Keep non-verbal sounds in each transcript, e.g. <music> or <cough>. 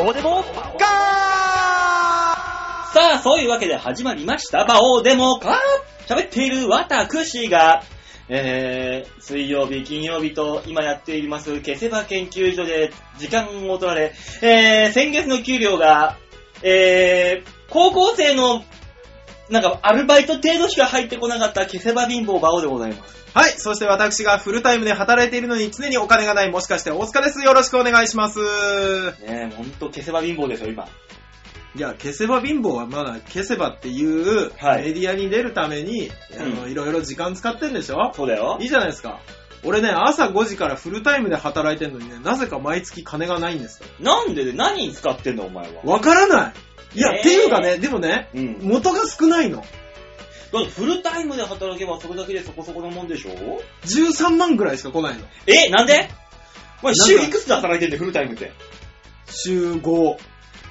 王でもガーさあ、そういうわけで始まりました。魔王でもか喋っている私が、えー、水曜日、金曜日と今やっています、消せば研究所で時間を取られ、えー、先月の給料が、えー、高校生の、なんか、アルバイト程度しか入ってこなかった消せば貧乏魔王でございます。はい、そして私がフルタイムで働いているのに常にお金がない、もしかして大塚です。よろしくお願いします。ねえ、ほんと消せば貧乏ですよ、今。いや、消せば貧乏はまだ消せばっていうはいメディアに出るために、あうの、んいろいろ時間使ってんでしょそうだよい。いじゃないですか。俺ね、朝5時からフルタイムで働いてんのにね、なぜか毎月金がないんですよ。なんでで何に使ってんだ、お前は。わからないいや、えーっていうかね、でもね、うん。元が少ないの。だってフルタイムで働けばそれだけでそこそこのもんでしょ13万ぐらいしか来ないの。え、なんでお前週なんかいくつで働いてんだよ、フルタイムって。週5。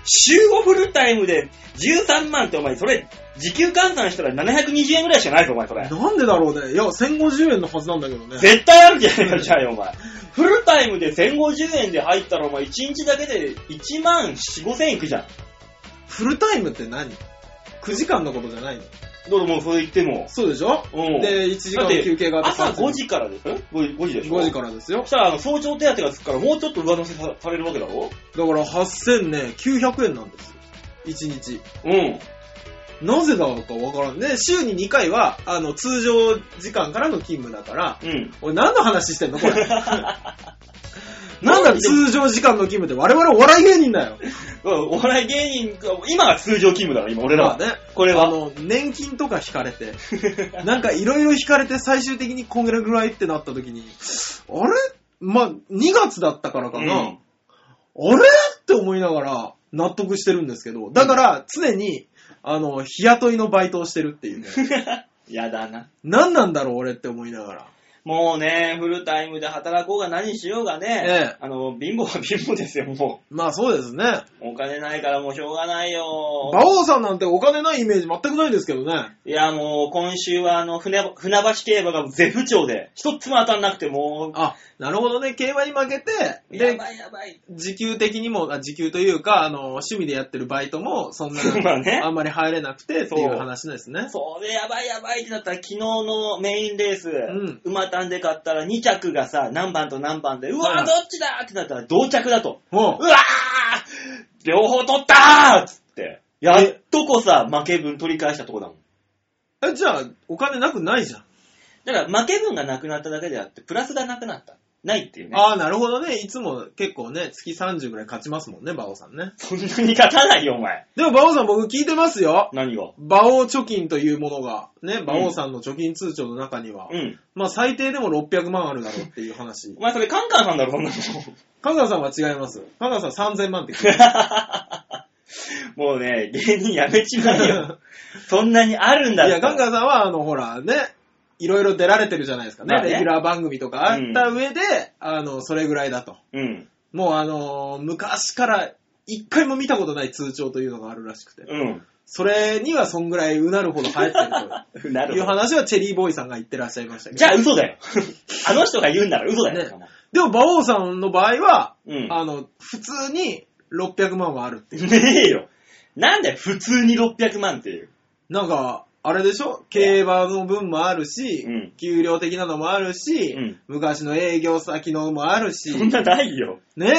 週5フルタイムで13万ってお前、それ、時給換算したら720円ぐらいしかないぞ、お前、それ。なんでだろうね。いや、1050円のはずなんだけどね。絶対あるじゃねえか、じゃあよ、お前。フルタイムで1050円で入ったら、お前、1日だけで1万4、5000円いくじゃん。だフルタイムって何 ?9 時間のことじゃないのからもう、それ言っても。そうでしょうん。で、1時間の休憩があって朝30 5時からでしょ ?5 時でしょ5時からですよそ。したら、あの、早朝手当がつくから、もうちょっと上乗せさされるわけだろだから8900ね、900円なんですよ。1日。うん。なぜだかわからん。ね、週に2回は、あの、通常時間からの勤務だから、うん。俺何の話してんのこれ。なんだ通常時間の勤務って我々お笑い芸人だよ。うんお笑い芸人が、今が通常勤務だろ、今、俺らまあは。ね、これあは。の、年金とか引かれて、 <laughs> なんかいろいろ引かれて最終的にこんぐらいってなった時に、あれまあ、2月だったからかな。うんあれって思いながら納得してるんですけど、だから常に、あの、日雇いのバイトをしてるっていうね。 <laughs> やだな。何なんだろう俺って思いながら。もうね、フルタイムで働こうが何しようがね、ええあの、貧乏は貧乏ですよ、もまあそうですね。う。お金ないからもうしょうがないよ。馬王さんなんてお金ないイメージ全くないですけどね。いや、もう今週はあの船、船橋競馬が絶不調で、一つも当たんなくて、もあ、なるほどね。競馬に負けて、う、やで、ばいやばい。 <laughs> 時給的にも、あ時給というか、あの、趣味でやってるバイトも、そんな、まあねあんまり入れなくてっていそうう話ですね。それやばいやばいってなったら、昨日のメインレース、ん馬単で買ったら2着がさ、何番と何番で、うわはー、いどっちだーってなったら同着だと。もうわー両方取ったーっつって。やっとこさ、負け分取り返したとこだもん。う、えじゃあ、お金なくないじゃん。だから負け分がなくなっただけであって、プラスがなくなった。ないっていうね。ああ、なるほどね。いつも結構ね、月30ぐらい勝ちますもんね、馬王さんね。そんなに勝たないよ、お前。でも、馬王さん僕聞いてますよ。何が馬王貯金というものが、ね、馬王さんの貯金通帳の中には、うん。まあ最低でも600万あるだろうっていう <laughs> 話お。前それカンカンさんだろ、そんなの。香川さんは違います。香川さん3000万って聞いてもうね、芸人やめちまえ <laughs> よ。そんなにあるんだ <laughs> いや、香ン。川さんは、あの、ほら、ね、いろいろ出られてるじゃないですかね。まあねレギュラー番組とかあった上で、あの、それぐらいだと。うん。もうあのー昔から一回も見たことない通帳というのがあるらしくて。うん。それにはそんぐらいうなるほど流行ってるなとるいうほど。話はチェリーボーイさんが言ってらっしゃいましたけど。じゃあ嘘だよ。 <laughs> あの人が言うんなら嘘だよ。でも、馬王さんの場合は、うん。あの、普通に600万はあるって。ねえよ。なんで普通に600万っていう。なんか、あれでしょ競馬の分もあるし、うん給料的なのもあるし、うん昔の営業先のもあるし、そんなないよ。ね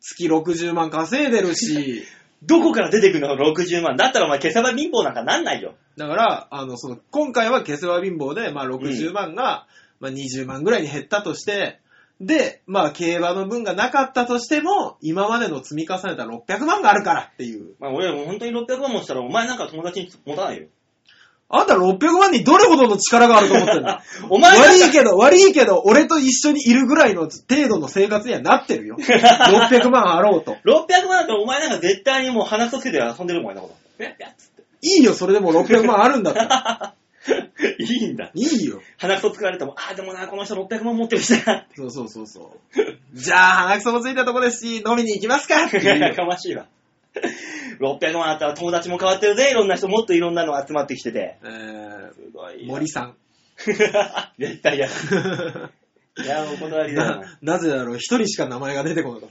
月60万稼いでるし、どこから出てくるの ?60 万。だったらお前、消せば貧乏なんかなんないよ。だから、あの、その、今回は消せば貧乏で、まあ60万が、まあ20万ぐらいに減ったとして、で、まあ競馬の分がなかったとしても、今までの積み重ねた600万があるからっていう。まあ、俺、本当に600万もしたら、お前なんか友達に持たないよ。あんた600万にどれほどの力があると思ってん <laughs> だお前悪なんいか、けど、悪いけど、俺と一緒にいるぐらいの程度の生活にはなってる <laughs> よ。600万あろうと。 600万だったら、お前なんか絶対にもう鼻くそつけて遊んでるもん、お前のこと。ぴゃっぴゃっつ <laughs> っいいよ、それでも600万あるんだったら。ていいんだ。いいよ。鼻くそつかれても、ああ、でもな、この人600万持ってるしな。そうそうそうそう。じゃあ、鼻くそもついたとこですし、飲みに行きますかっていう <laughs> や <laughs> よかましいわ。600万あったら友達も変わってるぜ。いろんな人、もっといろんなのが集まってきてて。えーすごいよ。 <laughs> 森さん。絶対やだ。いや、お断りだ <laughs> よ。 <laughs> ななぜだろう、一人しか名前が出てこなかっ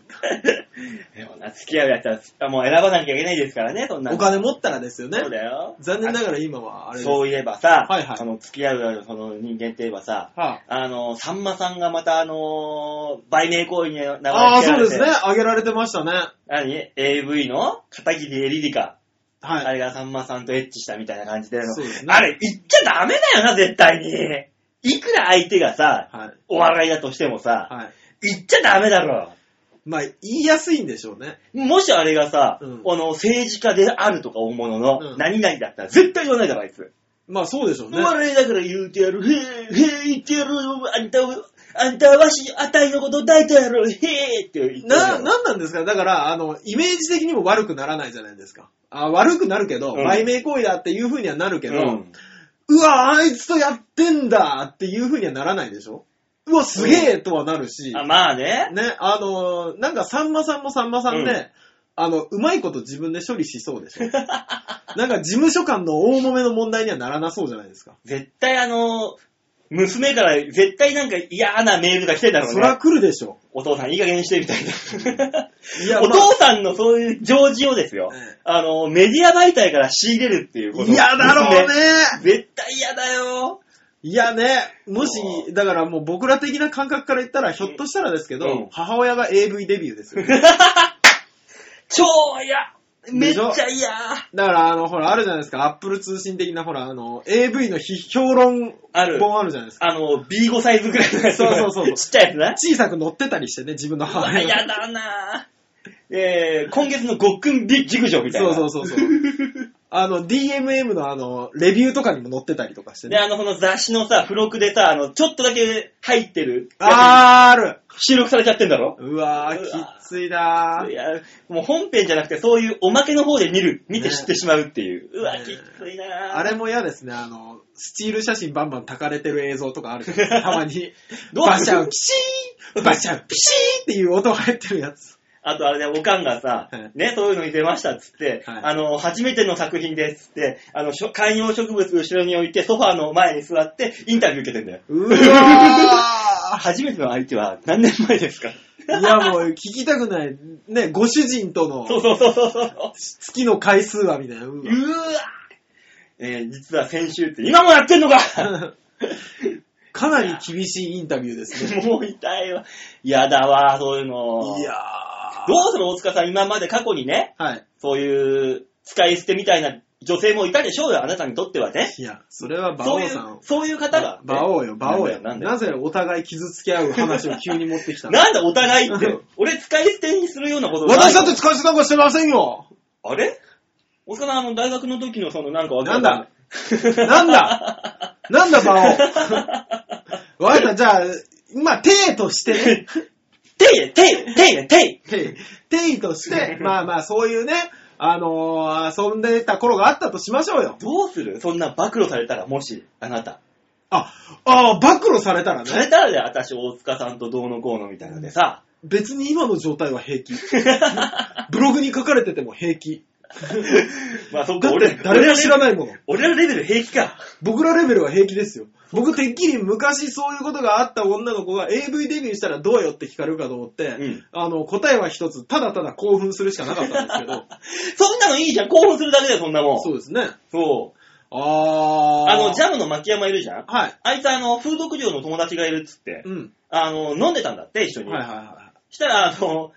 でもな、付き合うやつはあもう選ばなきゃいけないですからね、そんなた。のお金持ったらですよねそう。だよ。残念ながら今はあれです。そういえばさ、はいはいその付き合うその人間って言えばさ、はあの、さんまさんがまたあのー、売名行為に名前あ、ああ、そうですね。ね。あげられてましたね。何 ?AV の片桐エリリカ。あはい。れがさんまさんとエッチしたみたいな感じで。そうですねあれ、言っちゃダメだよな、絶対に。いくら相手がさ、はい。お笑いだとしてもさ、はい。言っちゃダメだろ。まあ、言いやすいんでしょうね。もしあれがさ、うんあの、政治家であるとか大物の、うん何々だったら絶対言わないだろ、あいつ。まあ、そうでしょうね生。まれだから言うてやる。へえ、へえ、言ってやる。あんたを、あんたはわし、あたいのこと抱いてやる。へえって言ってやな、るなんなんですかだから、あの、イメージ的にも悪くならないじゃないですか。あ悪くなるけど、うん売名行為だっていう風にはなるけど、ううんわ、あいつとやってんだっていう風にはならないでしょうわ、すげえとはなるし、あ、まあね。ね、あのーなんかさんまさんもさんまさんで、うんあの、うまいこと自分で処理しそうでしょ <laughs> なんか事務所間の大揉めの問題にはならなそうじゃないですか。絶対あの、娘から絶対なんか嫌なメールが来てたろうそりゃね。来るでしょ。お父さんいい加減にしてみたいな。いや、おま父さんのそういう常時をですよええ、あの、メディア媒体から仕入れるっていうこあ、と。嫌だろう娘。ね。絶対嫌だよ。いやね、もそし、だからもう僕ら的な感覚から言ったら、ひょっとしたらですけど、うん母親が AV デビュ <laughs> ーですよ。超嫌。めっでちしょゃ嫌。だから、あの、ほら、あるじゃないですか、Apple 通信的な、ほら、あの、AV の批評論ある本あるじゃないですか。あの、B5 サイズぐらいのやつ。そうそうそうそう <laughs> ちっちゃいやつな。小さく載ってたりしてね、自分のう母わ親が。やだなぁ。えー、今月のごっくんび熟女みたいそな。うそうそうそう。 <laughs> あの、DMM のあの、レビューとかにも載ってたりとかしてで、ね。あの、この雑誌のさ、付録でさ、あの、ちょっとだけ入ってる。あーある収録されちゃってんだろうわー、うわきついないー。や、もう本編じゃなくて、そういうおまけの方で見る、見てね知ってしまうって <laughs> いう。うわ、ねきついなぁあれも嫌ですね、あの、スチール写真バンバン炊かれてる映像とかあるじゃない <laughs> ですか、たまに。どうバシャンピシーンバシャンピシーンっていう音が入ってるやつ。あとあれね、おかんがさはい、ね、そういうのに出ましたっつって、はいあの、初めての作品ですっつって、あの、しょ観葉植物後ろに置いて、ソファーの前に座って、インタビュー受けてんだよ。うわ初めての相手は何年前ですかーいやもう聞きたくない。ね、ご主人とのそうそうそうそうそう。月の回数はみたいな。ううわわえー実は先週って、今もやってんのか <laughs> かなり厳しいインタビューで <laughs> すね。もう痛いわ。嫌だわ、そういうの。いやどうする大塚さん、今まで過去にね、ー。はい。そういう使い捨てみたいな女性もいたでしょうよ、あなたにとってはね。いや、それは馬そう王いさんう、。そういう方が、ね。馬王よ、馬王よ。ななんだよなんだぜお互い傷つけ合う話を急に持ってきたよのなんだお互いっう <laughs> てん。俺使い捨てにするようなことない私だって使い捨てなんかしてませんよあれ大塚さん、あの、大学の時のその、なんかわかなんんなだ <laughs> い。なんだなんだ、馬 <laughs> 王わかった、じゃあ、まあ、体としてね。ていやていていやてい定位として、 <laughs> まあまあ、そういうね、あのー遊んでた頃があったとしましょうよ。どうするそんな暴露されたら、もし、あなた。あ、ああ、暴露されたらさね、れたらで、私、大塚さんとどうのこうのみたいので <laughs> さ、別に今の状態 <laughs> は平気。ブログに書かれてても平気。まあ、そっか、だっ俺て、誰も知らい。ないもの。俺らレベル平気か。僕らレベルは平気ですよ。僕てっきり昔そういうことがあった女の子が AV デビューしたらどうよって聞かれるかと思って、うんあの、答えは一つ、ただただ興奮するしかなかったんですけ <laughs> ど、そんなのいいじゃん。興奮するだけだよ、そんなもん。そうですね。そう。あー。あの、ジャムの牧山いるじゃんはい。あいつ、あの、風俗嬢の友達がいるっつって、うん。あの、飲んでたんだって、一緒に。はいはいはしたら、あの、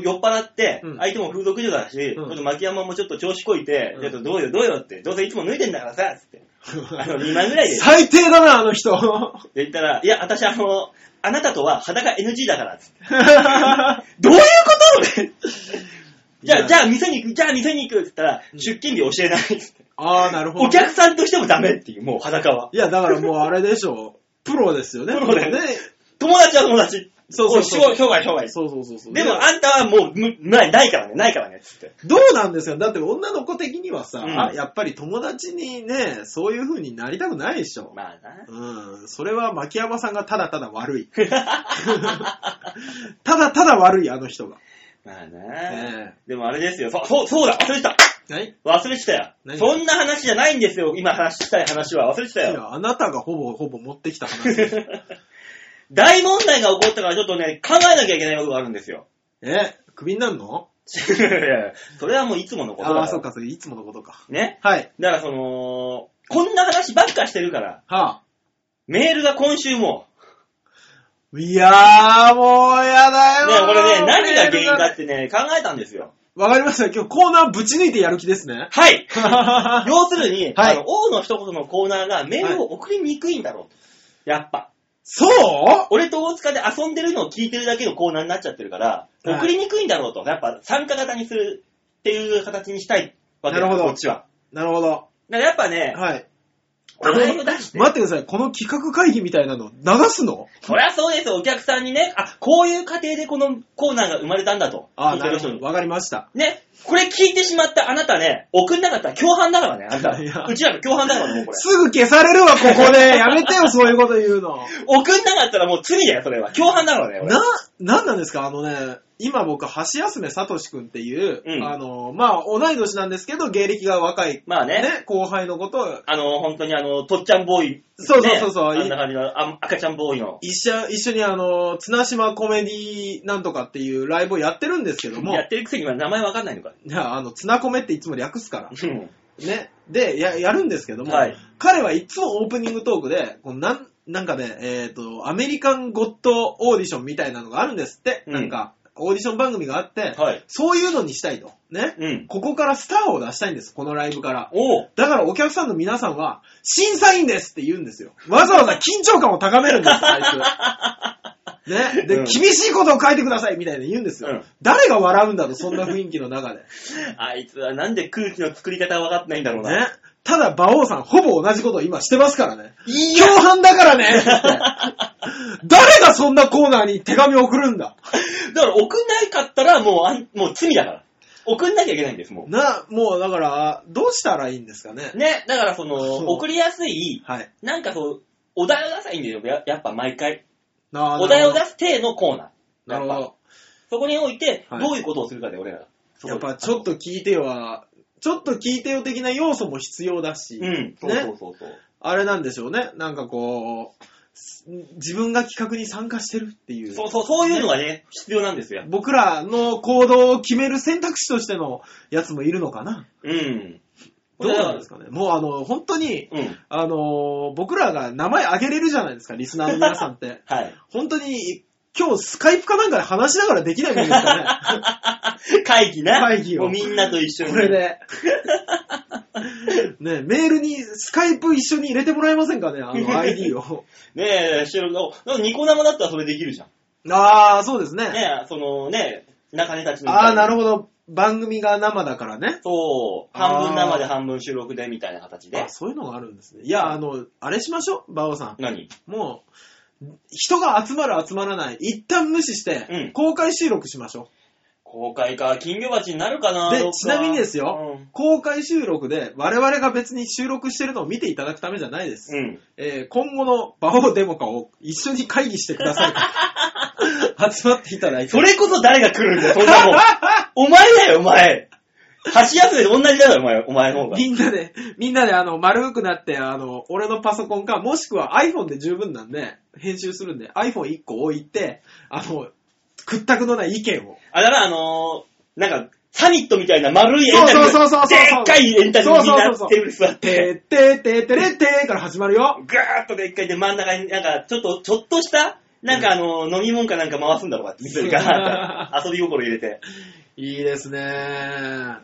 酔っ払ってう、ん相手も風俗嬢だし、うんちょっと牧山もちょっと調子こいて、うんちょっとどうよどうよって、どうせいつも脱いでんだからさ、つって。あの、2枚ぐらいい。で。最低だな、あ <laughs> の人。で言ったら、いや、私あの、あなたとは裸 NG だから、つって。どういうことじゃあ、じゃあ店に行く、じゃあ店に行くって言ったら、うん出勤日教えないっつって。あー、なるほど。お客さんとしてもダメっていう、もう裸は。いや、だからもうあれでしょう。プロですよね。プロだよもう友達は友達。そうそうそうお生涯生涯。そうそうそうそう。でも、あんたはもう、むない、ないからね、ないからね、つって。どうなんですかだって女の子的にはさ、うんやっぱり友達にね、そういう風になりたくないでしょ。まあな。うん、それは牧山さんがただただ悪 <laughs> い。ただただ悪い、あの人が。まあな。えでもあれですよ。そそう、そうだ、忘れてた。えはい忘れてたよ。何そんな話じゃないんですよ、今話したい話は。忘れてたいよ。 <laughs> やあなたがほぼほぼ持ってきた話です。大問題が起こったからちょっとね、考えなきゃいけないことがあるんですよ。え、クビになるの <laughs> いやいやそれはもういつものことだあかあ、らそうか、それいつものことか。ね。はい。だからその、こんな話ばっかしてるから、はメールが今週も、あ。いやー、もうやだね、よこーれね、何が原因かってね、考えたんですよ。。わかりました。今日コーナーぶち抜いてやる気ですね <laughs> はい <laughs> は要するに、はあいの、王の一言のコーナーがメールを送りにくいんだろうと。やっぱ。そう俺と大塚で遊んでるのを聞いてるだけのコーナーになっちゃってるから、はい送りにくいんだろうと。やっぱ参加型にするっていう形にしたいわけなるほどこっちは。なるほど。だからやっぱね、はい。お題を出して、待ってください。この企画会議みたいなの流すのそりゃそうですよ、お客さんにね、あ、こういう過程でこのコーナーが生まれたんだと。ああ、聞いてなるほ人ど。にわかりました。ね、これ聞いてしまったあなたね、送んなかったら共犯だからね、あんた。いやうちらの共犯だからね、もうこれ。すぐ消されるわ、ここで。やめてよ、そういうこと言 <laughs> うの。送んなかったらもう罪だよ、それは。共犯だからね、俺。な、なんなんですかあのね、今僕、橋休めさとしくんっていう、うんあの、まあ、同い年なんですけど、芸歴が若い、まあね。ね、後輩のことを、あの、本当にあの、とっちゃんボーイ。そうそうそうそうねあんな感じのあ赤ちゃんボーイの。一緒、一緒にあの、綱島コメディなんとかっていうライブをやってるんですけどもや、ってるくせには名前わかんないのか。いやあの、綱コメっていつも略すから。うんね。で、や、やるんですけども、はい彼はいつもオープニングトークで、こうなん、なんかね、えっ、と、アメリカンゴッドオーディションみたいなのがあるんですって、うんなんか、オーディション番組があって、はい。そういうのにしたいと。ね。うん。ここからスターを出したいんです、このライブから。おうだからお客さんの皆さんは、審査員ですって言うんですよ。わざわざ緊張感を高めるんです、 <laughs> あいつ。ね。で、うん厳しいことを書いてくださいみたいな言うんですよ。うん誰が笑うんだと、そんな雰囲気の中で。あいつはなんで空気の作り方わかってないんだろうな。ね。ただ、馬王さん、ほぼ同じことを今してますからね。い共犯だからね <laughs> って誰がそんなコーナーに手紙を送るんだだから送んなかったらもう、あんもう罪だから。送んなきゃいけないんです、もな、もうだから、どうしたらいいんですかねう。ね、だからその、そう送りやすい、はい。なんかそう、お題を出さいいんだよ、ややっぱ毎回。なお題を出す。す体のコーナー。なるほやっど。ぱそこにおいて、はいどういうことをするかで、俺らが。やっぱちょっと聞いてよは、ちょっと聞いてよ的な要素も必要だし、うん、そうそうそうそう。あれなんでしょうね。なんかこう、自分が企画に参加してるっていう。そうそう、そういうのがね、必要なんですよ。僕らの行動を決める選択肢としてのやつもいるのかなうん。どうなんですかねもうあの、本当に、うん。あの、僕らが名前あげれるじゃないですか、リスナーの皆さん <laughs> って。はい。本当に、今日スカイプかなんかで話しながらできないもんですかね。会議な。会議をもうみんなと一緒に。 <laughs> これで。ねメールにスカイプ一緒に入れてもらえませんかねあ <laughs> の ID を。ねえ、収録の、でもニコ生だったらそれできるじゃん。ああ、そうですね。ねえ、そのね、中根たちの。ああ、なるほほど。番組が生だからね。ど。そう。半分生で半分収録でみたいな形であ。そういうのがあるんですね。いや、あの、あれしましょう、馬王さ何ん。もう、人が集まる集まらない、一旦無視して、うん公開収録しましょ公開か、金魚鉢になるかなでどっかちなみにですようう。公開収録で、我々が別に収録してるのを見ていただくためじゃないです。ん。うん。えー今後の馬王デモカを一緒に会議してくださいと。集まっていただいて。それこそ誰が来るんだよ、そんなもん。 <laughs> お前だよ、お前。箸休めで同じだよ、お前、お前の方が。みんなで、みんなであの、丸くなって、あの、俺のパソコンか、もしくは iPhone で十分なんで、編集するんで、iPhone1 個置いて、あの、屈託のない意見を。あ、だからあのー、なんか、サミットみたいな丸い円卓そうそうそうそうそうでっかい円卓にみんなテーブル座って、てーてーてーてれってーから始まるよ。ぐーっとでっかいで真ん中になんか、ちょっと、ちょっとした、なんかあのー、飲み物かなんか回すんだろうかって、店が <laughs> 遊び心入れて。いいですねー。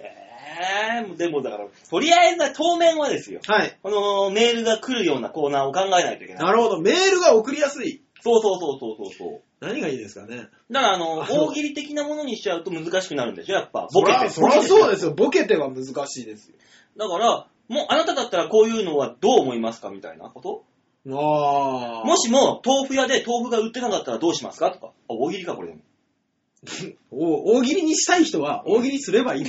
えー、でもだから、とりあえずは当面はですよ。はい。このメールが来るようなコーナーを考えないといけない。なるほど。メールが送りやすい。そうそうそうそうそうそう。何がいいですかね。だからあのあー、そう大喜利的なものにしちゃうと難しくなるんでしょ、やっぱ。ボケて。。そらそらそうですすよ。ボケては難しいですよ。だから、もうあなただったらこういうのはどう思いますかみたいなことあーもしも、豆腐屋で豆腐が売ってなかったらどうしますかとか。あ、大喜利か、これ <laughs> でも。お大喜利にしたい人は大喜利すればいい。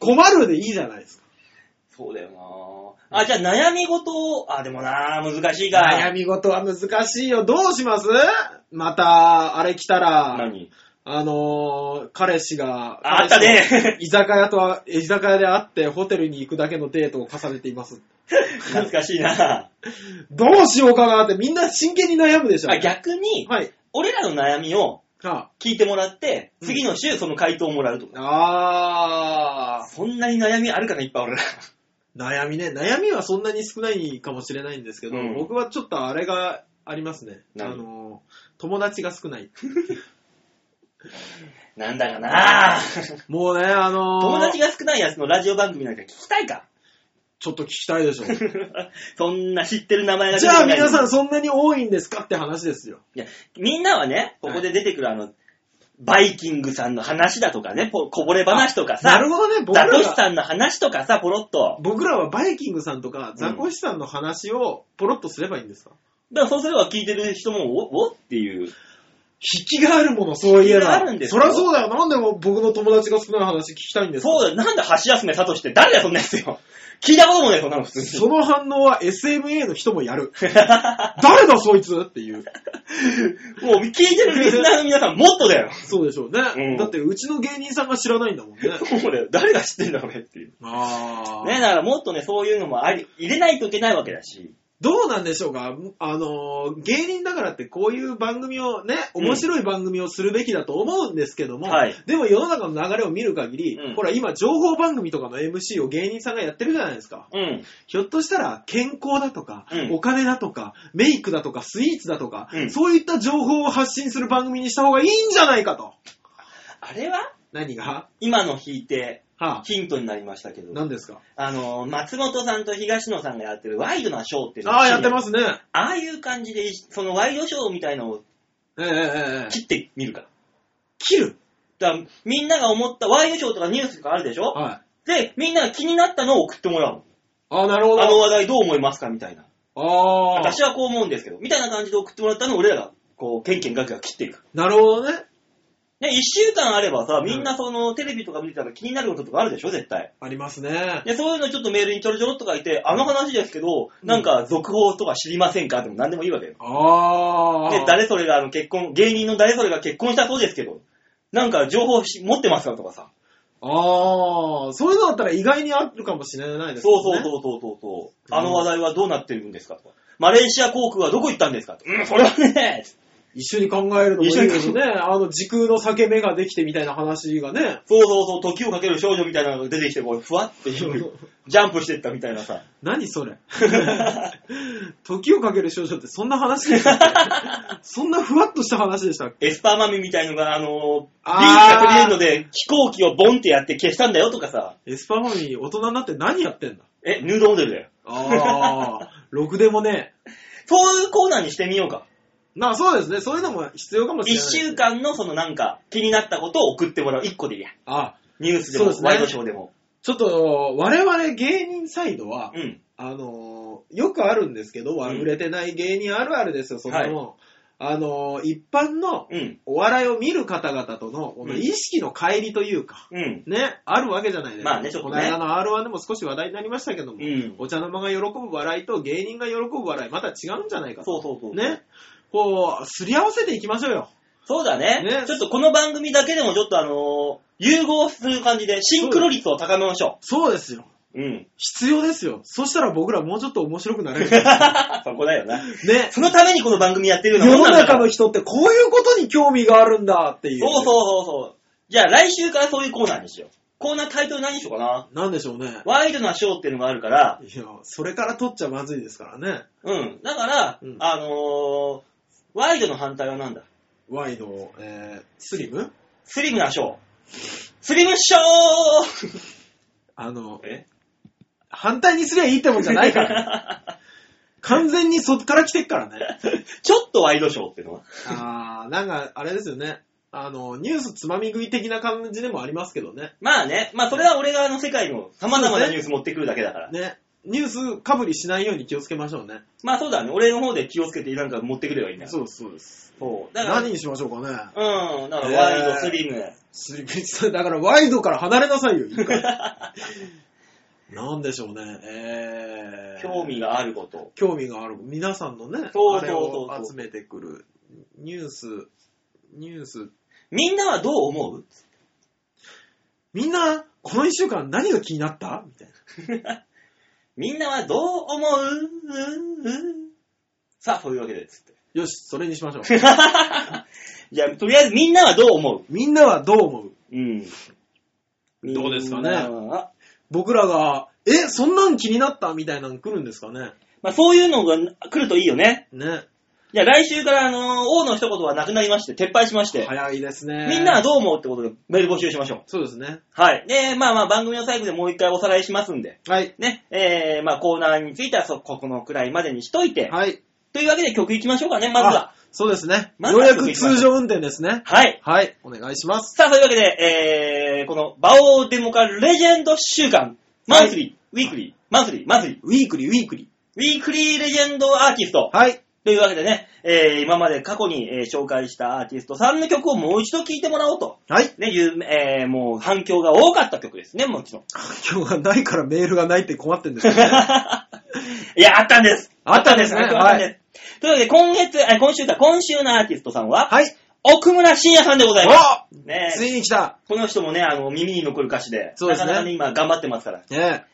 困るでいいじゃないですか。そうだよなぁあ、じゃあ悩み事を、あ、でもなぁ難しいか。悩み事は難しいよ。どうしますまた、あれ来たら、何あのー彼氏が、ああったね。居酒屋とは、居酒屋で会ってホテルに行くだけのデートを重ねています。懐かしい <laughs> な。どうしようかなってみんな真剣に悩むでしょ。あ逆に、はい。俺らの悩みをは聞いてもらって、うん次の週その回答をもらうとか。ああそんなに悩みあるかな、いっぱい <laughs> 俺ら。ー、悩みね。悩みはそんなに少ないかもしれないんですけど、うん僕はちょっとあれがありますね。あ何のー友達が少ない。なんだかなもうね、あのー <laughs> 友達が少ないやつのラジオ番組なんか聞きたいか。 <laughs> ちょっと聞きたいでしょ。そんな知ってる名前がじゃあ皆さんん。そんなに多いんですかって話ですよ。いや、みんなはね、ここで出てくるあの、バイキングさんの話だとかね、ここぼれ話とかなさる、ほどね、僕ザらコシは。さんの話とかさ、ポロッと。僕らはバイキングさんとかザコシさんの話をポロッとすればいいんですか、だからそうすれば聞いてる人も、おおっていう。引きがあるもの、そういえ引きがばあるん。ですそよりゃそうだよ。なんでも僕の友達が少ない話聞きたいんですかそうだよ、なんで橋休めさとしって誰だよ、そんなやつよ。聞いたこともない、そんなの普通に。その反応は SMA の人もやる。誰だそいつっていう。もう聞いてるリスナーの皆さん、もっとだよ。そうでしょうね。うんだってうちの芸人さんが知らないんだもんね。 <laughs> そうだよ、誰が知ってんだろうねっていう。あーね、だからもっとね、そういうのもあり、入れないといけないわけだし。どうなんでしょうかあのー、芸人だからってこういう番組をね、うん面白い番組をするべきだと思うんですけども、はいでも世の中の流れを見る限り、うんほら今情報番組とかの MC を芸人さんがやってるじゃないですか。うん。ひょっとしたら健康だとか、うんお金だとか、メイクだとか、スイーツだとか、うんそういった情報を発信する番組にした方がいいんじゃないかと。あれは何が今の引いて、はあ、ヒントになりましたけど。何ですかあの、松本さんと東野さんがやってるワイドなショーっていうのが。ああ、やってますすね。ああいう感じで、そのワイドショーみたいのをええええええ切ってみるから。切るだからみんなが思ったワイドショーとかニュースとかあるでしょはい。で、みんなが気になったのを送ってもらう。ああ、なるほど。あの話題どう思いますかみたいな。ああ私はこう思うんですけど、みたいな感じで送ってもらったのを俺らが、こう、ケンケンガクガク切っていく。なるほどね。ね、一週間あればさ、みんなその、テレビとか見てたら気になることとかあるでしょ絶対。ありますね。で、そういうのちょっとメールにちょろちょろっと書いて、あの話ですけど、なんか続報とか知りませんかでも何でもいいわけよ。ああ。で、誰それがあの結婚、芸人の誰それが結婚したそうですけど、なんか情報し持ってますかとかさ。ああ、そういうのだったら意外にあるかもしれないですね。そうそうそうそうそうそう。あの話題はどうなってるんですかとか。マレーシア航空はどこ行ったんですかとうん、それはね、一緒に考えるのもいいです一緒にね。あの、時空の裂け目ができてみたいな話がね。そうそうそう、時をかける少女みたいなのが出てきて、こう、ふわって <laughs> いう、ジャンプしてったみたいなさ。 <laughs> 何それ <laughs> 時をかける少女ってそんな話 <laughs> でしたっけそんなふわっとした話でしたっけエスパーマミみたいのが、あのー、ビーあがー取り入るので、飛行機をボンってやって消したんだよとかさ。エスパーファミリー大人になって何やってんだえ、ヌードモデルだよ。ああ、 <laughs> ろくでもね。そういうコーナーにしてみようか。まあそうですね、そういうのも必要かもしれ一ない。週。間のそのなんか、気になったことを送ってもらう。一個でいいや。あ、ニュースでそうも、ですねワイドショーでも。ちょっと、我々芸人サイドは、うん。あのーよくあるんですけど、売れてない芸人あるあるですよ、そんなもん。あのー一般のうん。お笑いを見る方々との、この意識の乖離というか、うん。ね、あるわけじゃないですか。まあねちょっとねこの間の R1 でも少し話題になりましたけども、うん。お茶の間が喜ぶ笑いと芸人が喜ぶ笑い、また違うんじゃないかそと。うそうそう。。ね。こう、すり合わせていきましょうよ。そうだねねちょっとこの番組だけでもちょっとあのー融合する感じで、シンクロ率を高めましょそうですよ。う。 <laughs> うん。必要ですよ。そしたら僕らもうちょっと面白く <laughs> なれる。そこだよな。ね。そのためにこの番組やってる世ようなものんなんだ中からの人ってこういうことに興味があるんだっていう。そうそうそうそう。じゃあ来週からそういうコーナーにしよう。コーナータイトル何にしようかな。なんでしょうね。ワイドなショーっていうのがあるから、いや、それから取っちゃまずいですからね。うん。だから、うんあのー、ワイドの反対はなんだワイド、えー、スリムスリムなショー。スリムショーあの、え反対にすりゃいいってもんじゃない <laughs> から。完全にそっから来てっからね。 <laughs> ちょっとワイドショーっていうのは。あー、なんか、あれですよね。あの、ニュースつまみ食い的な感じでもありますけどね。まあね、まあそれは俺があの世界の様々なニュース持ってくるだけだから。ね。ニュースかぶりしないように気をつけましょうね。まあそうだね、俺の方で気をつけてなんか持ってくればいいんだよ。うです、そうです。そう。だから、何にしましょうかね。うん、だからワイえド、ースリム。スリムさん、だからワイドから離れなさいよ、一回。 <laughs> なんでしょうね。えー、興味があること。興味がある皆さんのねそうそうそうそうあれを集めてくるニュースニュースみんなはどう思うみんな、この一週間何が気になったみたいな。みんなはどう思うさあ、そういうわけで、つって。よし、それにしましょう。じゃあ、とりあえずみんなはどう思うみんなはどう思ううん。どうですかみねんなは僕らが、え、そんなん気になったみたいなの来るんですかねまあ、そういうのが来るといいよね。ね。じゃあ、来週から、あのー王の一言はなくなりまして、撤廃しまして、早いですね。みんなはどう思うってことでメール募集しましょう。そうですね。はい。で、まあまあ、番組の最後でもう一回おさらいしますんで、はい。ね、えー、まあ、コーナーについてはそ、ここのくらいまでにしといて、はい。というわけで曲いきましょうかね、まずは。あ。そうですね。まずようはやく通常運転ですね。はい。はい。お願いします。さあ、そういうわけで、えー、この、バオーデモカレジェンド週間、マンスリー、ウィークリー、マンスリー、マンスリー、ウィークリー、ウィークリウィークリーレジェンドアーティストー。。はい。というわけでね、えー、今まで過去に、えー紹介したアーティストさんの曲をもう一度聴いてもらおうと。はい。 <laughs> ね、有名えー、もう反響が多かった曲ですね、もちろん。 <laughs> 今日はないからメールがないって困ってんですけどね。いや、あったんです。あったんですねあったんです。というわけで、今月、あ今週か、今週のアーティストさんは、はい。奥村信也さんでございます。おねついに来た。この人もね、あの、耳に残る歌詞で、そうですなねかなかね、今頑張ってますから。ね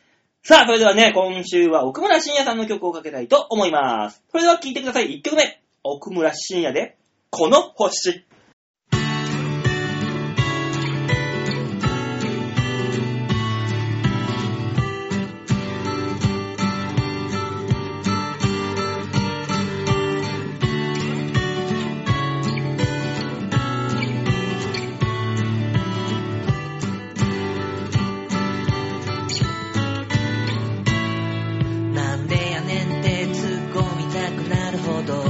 さあ、それではね、今週は奥村信也さんの曲をかけたいと思います。それでは聴いてください。1曲目。奥村信也で、この星。なんでやねんって突っ込みたくなるほど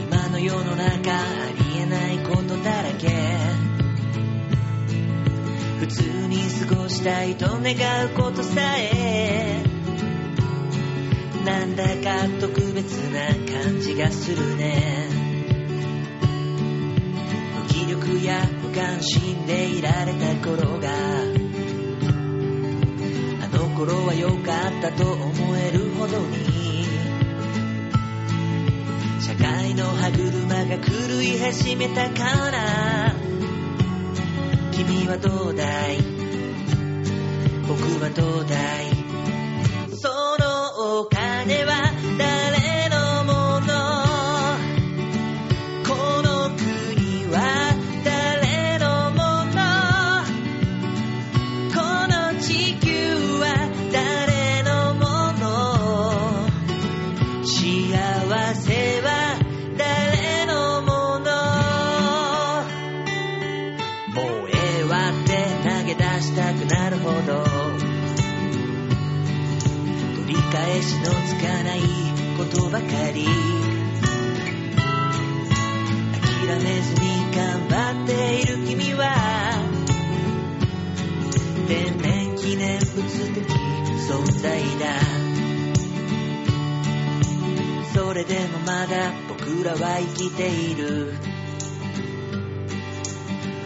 今の世の中ありえないことだらけ普通に過ごしたいと願うことさえなんだか特別な感じがするね無気力や無関心でいられた頃があの頃は良かったと思えるほどに社会の歯車が狂い始めたから君はどうだい僕はどうだいそのお金は誰のものこの国は誰のものこの地球は誰のもの幸せは誰のものもうええわって投げ出したくなるほど取り返しのつかないことばかり諦めずに頑張っている君は天然記念物的存在だそれでもまだ僕らは生きている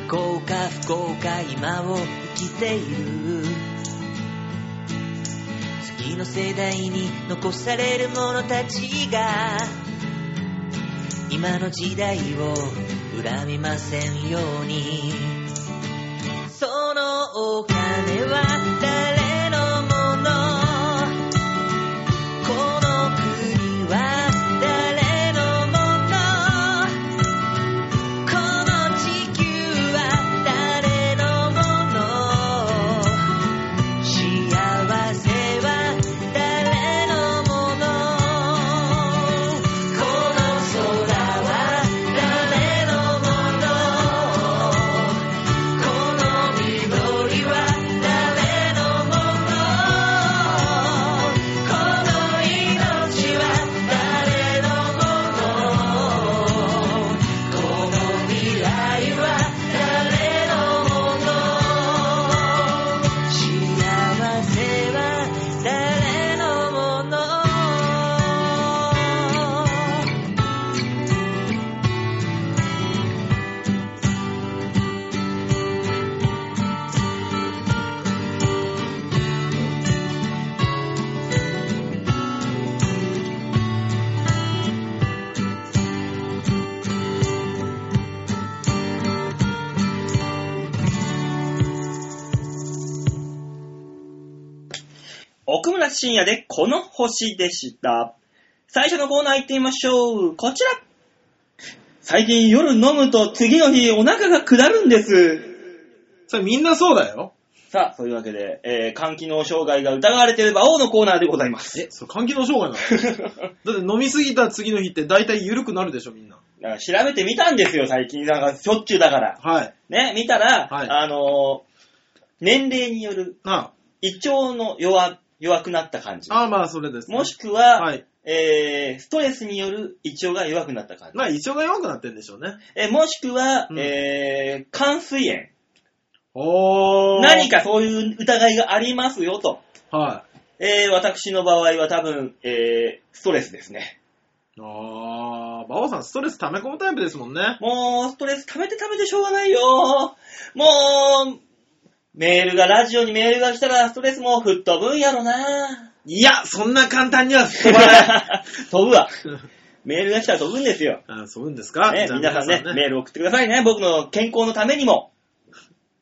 幸か不幸か今を生きている次の世代に残される者たちが今の時代を恨みませんようにそのお金は誰のものこの国は誰のものこの地球は誰のもの幸せは誰のものこの空は誰のものこの緑は誰のも奥村深也でこの星でした。最初のコーナー行ってみましょう。こちら。最近夜飲むと次の日お腹が下るんです。それみんなそうだよ。さあ、そういうわけで、えー、肝機能障害が疑われている馬王のコーナーでございます。 <laughs> え、それ肝機能障害なのだって飲みすぎた次の日って大体緩くなるでしょ、みんな。だから調べてみたんですよ、最近。なんかしょっちゅうだから。はい。ね、見たら、はいあのー年齢によるあ胃腸の弱、弱くなった感じ。あ、まあそれです、もしくは、はい。えー、ストレスによる胃腸が弱くなった感じ。まあ胃腸が弱くなってんでしょうね。えーもしくは、うんえー、肝水炎。おー。何かそういう疑いがありますよと。はえー、私の場合は多分、えー、ストレスですね。い。あー、馬王さんストレス溜め込むタイプですもんね。もう、ストレス溜めて溜めてしょうがないよ。もう、メールが、ラジオにメールが来たらストレスも吹っ飛ぶんやろ <laughs> な。いや、そんな簡単にはすっ飛ばない。飛ぶわ。メールが来たら飛ぶんですよ。 <laughs> あそういうんですか、ね、じゃあ皆さんね、メール送ってくださいね。僕の健康のためにも。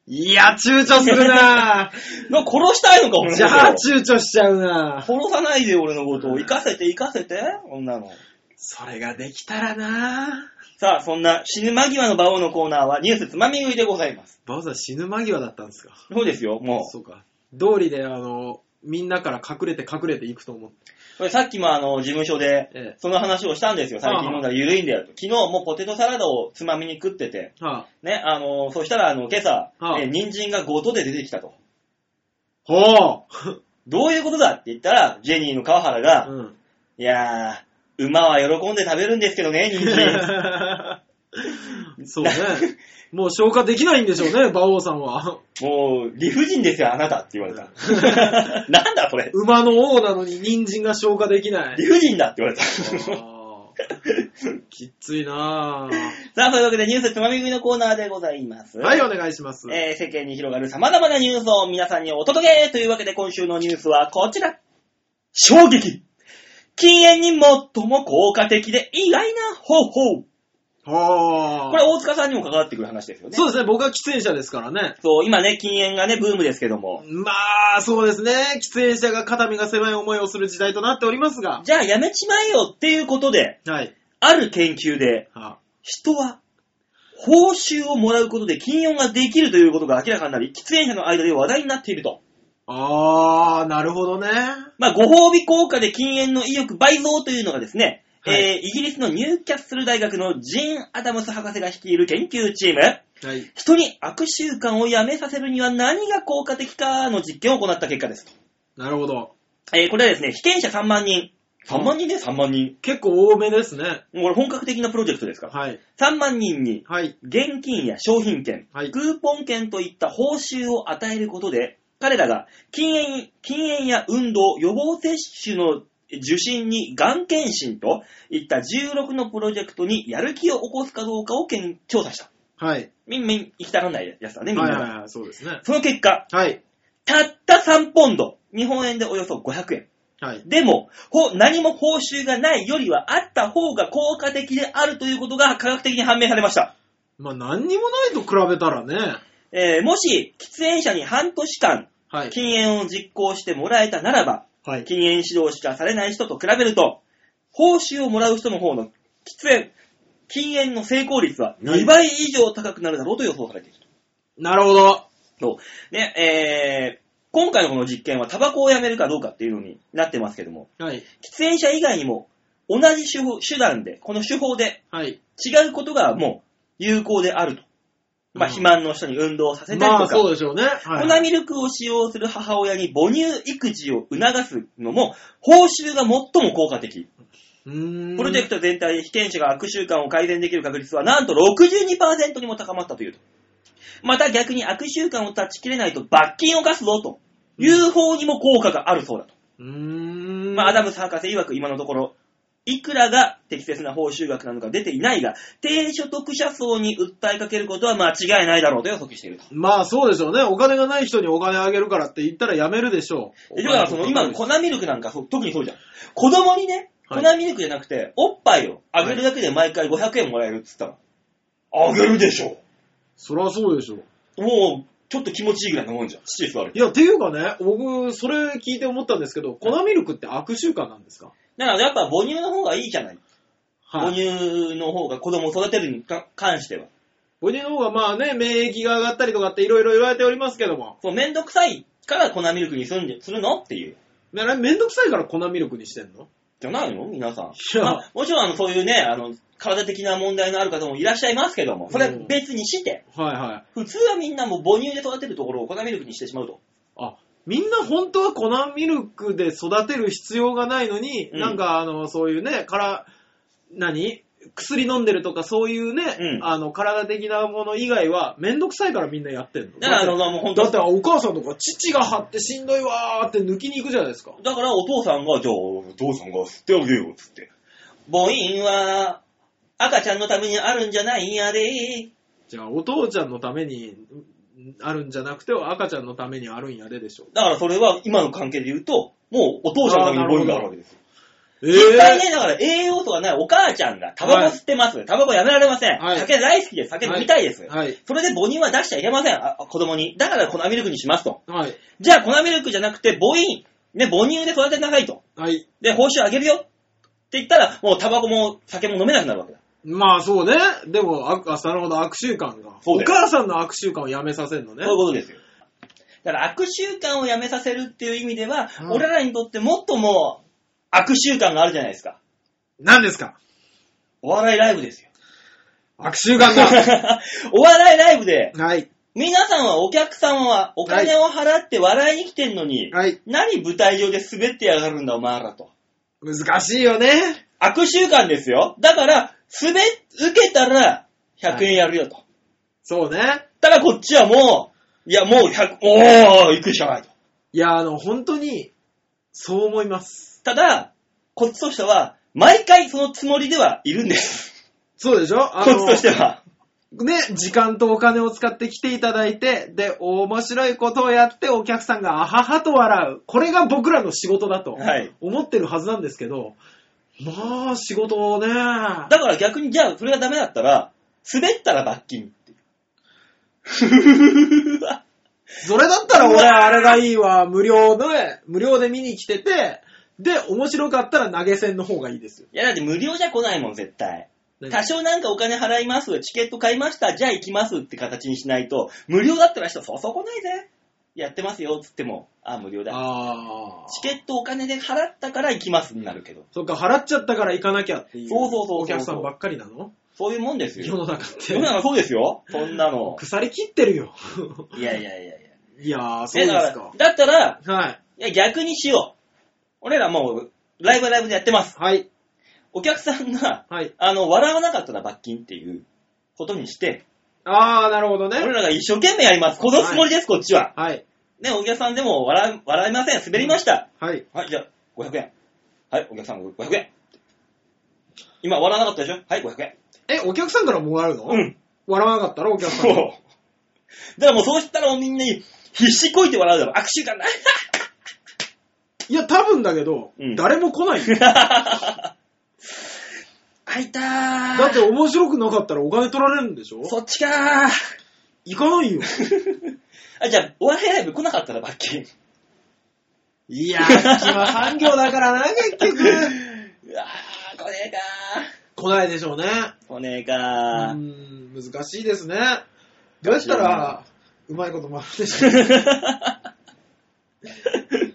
いや、躊躇するなぁ。の殺したいの <laughs> か、俺のじことゃあ、躊躇しちゃう <laughs> なぁ。殺さないでよ俺のことを。生かせて、生かせて、女の。それができたらなぁ。さあ、そんな死ぬ間際の馬王のコーナーはニュースつまみ食いでございます。馬王さん死ぬ間際だったんですかそうですよ、もう。そうか。道理で、あの、みんなから隠れて隠れていくと思って。これさっきもあの、事務所で、えその話をしたんですよ。最近飲んだら緩いんだよと。昨日もポテトサラダをつまみに食ってて、え。はあ、ね、あの、そしたらあの、今朝、ああえ人参がごとで出てきたと。ほどういうことだって言ったら、ジェニーの川原 <laughs> うが、 <laughs> うん。いやー、馬は喜んで食べるんですけどね、人 <laughs> 参。そうね。もう消化できないんでしょうね、馬王さんは。もう、理不尽ですよ、あなたって言われ <laughs> た。なんだそれ。馬の王なのに人参が消化できない理。不尽だって言われた。あーきっついなぁ。さあ、というわけでニュースつまみ食いのコーナーでございます。はい、お願いします。えー世間に広がる様々なニュースを皆さんにお届けというわけで今週のニュースはこちら。衝撃禁煙に最も効果的で意外な方法。はあ。これ大塚さんにも関わってくる話ですよね。そううですね、僕は喫煙者ですからね。そう今ね、禁煙がね、ブームですけども。まあ、そうですね。喫煙者が肩身が狭い思いをする時代となっておりますが。じゃあやめちまえよっていうことで、はい。ある研究で、は人は報酬をもらうことで禁煙ができるということが明らかになり、喫煙者の間で話題になっていると。ああー、なるほどね。まあ、ご褒美効果で禁煙の意欲倍増というのがですね、はいえーイギリスのニューキャッスル大学のジン・アダムス博士が率いる研究チーム、はい。人に悪習慣をやめさせるには何が効果的かの実験を行った結果です。なるほど。えーこれはですね、被験者3万人。3万人ね、3万人。結構多めですね。もうこれ本格的なプロジェクトですから。はい。 3万人にはい。現金や商品券、はいクーポン券といった報酬を与えることで、彼らが禁煙禁煙や運動、予防接種の受診にがん検診といった16のプロジェクトにやる気を起こすかどうかを検調査した。はい。みんみん行きたがんないやつだね、みんはいなはが。いはい、そうですね。その結果、はい。たった3ポンド、日本円でおよそ500円。はい。でも、ほ何も報酬がないよりはあった方が効果的であるということが科学的に判明されました。まあ、何にもないと比べたらね。えーもし、喫煙者に半年間、はい。禁煙を実行してもらえたならば、はい。禁煙指導しかされない人と比べると、報酬をもらう人の方の喫煙、禁煙の成功率は2倍以上高くなるだろうと予想されている。なるほど。そう。ね、えー今回のこの実験はタバコをやめるかどうかっていうのになってますけども、はい。喫煙者以外にも同じ手法手段で、この手法ではい。違うことがもう有効であると。まあ、うん肥満の人に運動をさせたりとか、まあ、そうでしょうね。はい。粉ミルクを使用する母親に母乳育児を促すのも、報酬が最も効果的。うーんプロジェクト全体で被験者が悪習慣を改善できる確率はなんと62%にも高まったというと。また逆に悪習慣を断ち切れないと罰金を課すぞという方にも効果があるそうだと。うーん。まあ、アダムス博士曰く今のところ、いくらが適切な報酬額なのか出ていないが、低所得者層に訴えかけることは間違いないだろうと予測していると。まあそうでしょうね。お金がない人にお金あげるからって言ったらやめるでしょう。えだからその今の粉ミルクなんかそう特にそうじゃん。子供にね、粉はいミルクじゃなくて、おっぱいをあげるだけで毎回500円もらえるっつったら、あげるでしょそりゃそうでしょう。もう、ちょっと気持ちいいぐらいのもんじゃん。土座る。いや、っていうかね、僕、それ聞いて思ったんですけど、粉ミルクって悪習慣なんですかだからやっぱ母乳の方がいいじゃない。は母い。乳の方が子供を育てるにか関しては。母乳の方がまあね、免疫が上がったりとかっていろいろ言われておりますけども、そう、めんどくさいから粉ミルクにするんで、するのっていう。ねあれめんどくさいから粉ミルクにしてんのじゃないの皆さん。いやまあもちろん、あの、そういうね、あの、体的な問題のある方もいらっしゃいますけども、それは別にして、はいはい。普通はみんなもう母乳で育てるところを粉ミルクにしてしまうと。あ、みんな本当は粉ミルクで育てる必要がないのに、うんなんかあの、そういうね、から、何薬飲んでるとかそういうね、うんあの、体的なもの以外は、めんどくさいからみんなやってんのだから、あだの、ってもう本だっ当てお母さんとか、父が張ってしんどいわーって抜きに行くじゃないですか。だからお父さんが、じゃあ、お父さんが吸ってあげよう、つって。母音は、赤ちゃんのためにあるんじゃないんやで。じゃあ、お父ちゃんのためにんあるんじゃなくて、赤ちゃんのためにあるんやででしょ。だからそれは、今の関係で言うと、もうお父さんのために母乳があるわけですよ。え絶対ね、だから栄養素がないお母ちゃんがタバコ吸ってます。タバコやめられません。はい酒大好きです。酒飲みたいです。はい。それで母乳は出しちゃいけません。あ子供に。だから粉ミルクにしますと。はい。じゃあ粉ミルクじゃなくて母音、ね、母乳で育てなさいと。はい。で、報酬あげるよって言ったら、もうタバコも酒も飲めなくなるわけだ。まあそうね。でも、あ、あなるほど、悪習慣が。そうおだよ母さんの悪習慣をやめさせるのねそうい。うことですよ。だから悪習慣をやめさせるっていう意味では、うん俺らにとってもっともう悪習慣があるじゃないですか。何ですかお笑いライブですよ。悪習慣 <laughs> が。お笑いライブで、はい。皆さんはお客さんはお金を払って笑いに来てんのに、はい。何舞台上で滑ってやがるんだお前らと。難しいよね。悪習慣ですよ。だから、滑、受けたら100円やるよと。そうね。ただこっちはもう、いやもう100、おー、行くしかないと。いや、あの、本当に、そう思います。ただ、こっちとしては、毎回そのつもりではいるんです。そうでしょこあっちとしては。ね、時間とお金を使って来ていただいて、で、面白いことをやってお客さんがアハハと笑う。これが僕らの仕事だとはい思ってるはずなんですけど、まあ、仕事をね、だから逆に、じゃあそれがダメだったら、滑ったら罰金って <laughs> いう。それだったら俺あれがいいわ、無料で、無料で見に来てて、で、面白かったら投げ銭の方がいいですよ。いやだって無料じゃ来ないもん、絶対。何多少なんかお金払います、チケット買いました、じゃあ行きますって形にしないと、無料だったら人そうそう来ないぜ。やってますよ、つっても、あ、無料だ。ああ。チケットお金で払ったから行きますになるけど。そっか、払っちゃったから行かなきゃっていう。そうそうそうそうお客さんばっかりなのそういうもんです世よ。の中っ世のて。中そうですよ。そんなの。腐り切ってるよ。いやいやいやいや。 <laughs> いやー、そうでいやすだかか。らだったら、はい。いや逆にしよう。俺らもう、ライブはライブでやってます。はい。お客さんが、はい。あの、笑わなかったら罰金っていうことにして、あー、なるほどね俺。らが一生懸命やります。このつもりです、こっちは。はい。ね、お客さんでも笑い、笑いません。滑りました。はい。はい、じゃあ、500円。はい、お客さん500円。今、笑わなかったでしょはい、500円。え、お客さんからもらうのうん。笑わなかったらお客 <laughs> さそんう。だが。からもうそうしたらもうみんなに必死こいて笑うだろ。握手がない。いや、多分だけどうん、誰も来ないよ。あいたー。だって面白くなかったらお金取られるんで <laughs> しょそっちかー。行かないよ。あ、じゃあ、お笑いライブ来なかったら罰金。いやー、隙間産業だからな、結局。うわー、来ね来ないでしょうね。えかー。来ねえうーかー。ん、難しいですね。どうやったら、うまいこともあるでしょう。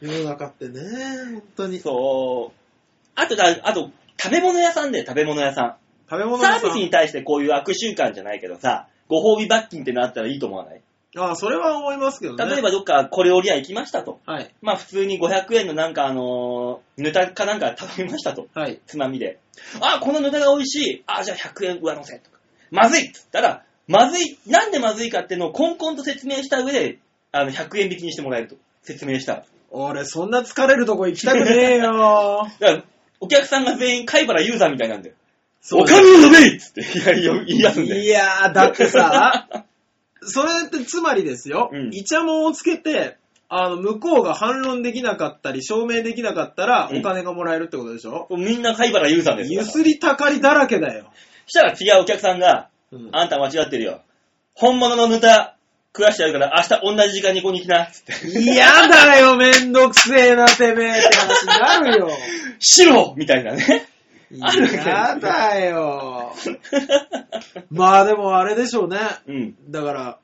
世の中ってね、本当に。<laughs> 食そう。あとだ、あと、食べ物屋さんで食べ物屋さん。べ物サ屋ービさスんに。対してこういう悪習慣じゃないけどさ、ご褒美罰金ってのあったらいいと思わないああ、それは思いますけどね。例えばどっか小料理屋行きましたと。はい。まあ普通に500円のなんかあのーぬたかなんか食べましたと。はい。つまみで。あ、このぬたが美味しい。あ、じゃあ100円上乗せとか。まずいっつったら、まずい、なんでまずいかっていうのをコンコンと説明した上で、あの、100円引きにしてもらえると。説明したら。俺、そんな疲れるとこ行きたくねえよ <laughs> だから、お客さんが全員貝原ユーザーみたいなんだよ。 <laughs> そうお金を飲めいっつっていやいや言い出すんだよ。いやー、だって <laughs> さ、それってつまりですよ、うんイチャモンをつけて、あの、向こうが反論できなかったり、証明できなかったら、うんお金がもらえるってことでしょ、 <laughs> みんな貝原ユーザーですよゆすりたかりだらけだよ。したら違うお客さんが、うんあんた間違ってるよ。本物のヌタ、食わしてやるから明日同じ時間にここに来な、つって。 <laughs> 嫌だよ、めんどくせえな、てめえって話になるよ。白みたいなね。あるわけですよ嫌だよ。まあでもあれでしょうね。うん。だから、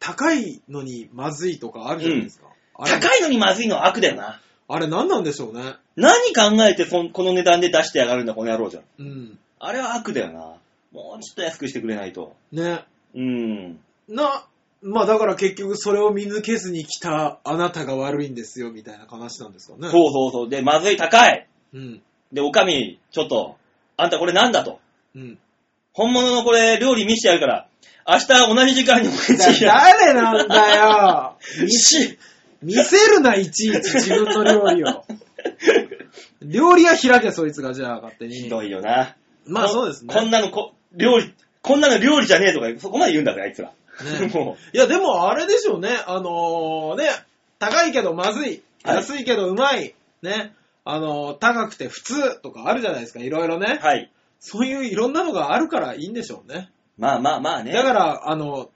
高いのにまずいとかあるじゃないですか。あれ、高いのにまずいのは悪だよな。あれ何なんでしょうね。何考えてそんこの値段で出してやがるんだ、この野郎じゃん。うん。あれは悪だよな。もうちょっと安くしてくれないと。ね。うん。な、まあだから結局それを見抜けずに来たあなたが悪いんですよ、みたいな話なんですかそね。うそうそう。で、まずい高い。うん。で、おかみ、ちょっと、あんたこれなんだと。うん。本物のこれ、料理見してやるから、明日同じ時間におだ口や。誰なんだよ。 <laughs> 見し、見せるな、いちいち自分の料理 <laughs> を。料理屋開け、そいつが、じゃあ、勝手に。ひどいよな。まあ、こそうですね。こんなのこ、料理、こんなの料理じゃねえとか、そこまで言うんだから、あいつ <laughs> ら。ねも <laughs> いや、でも、あれでしょうね。あのーね、高いけどまずい。はい安いけどうまい。ね。あのー高くて普通とかあるじゃないですか、いろいろう、ね。はい。そういういろんなのがあるからいいんでしょうね。まあまあまあね。だから、あの、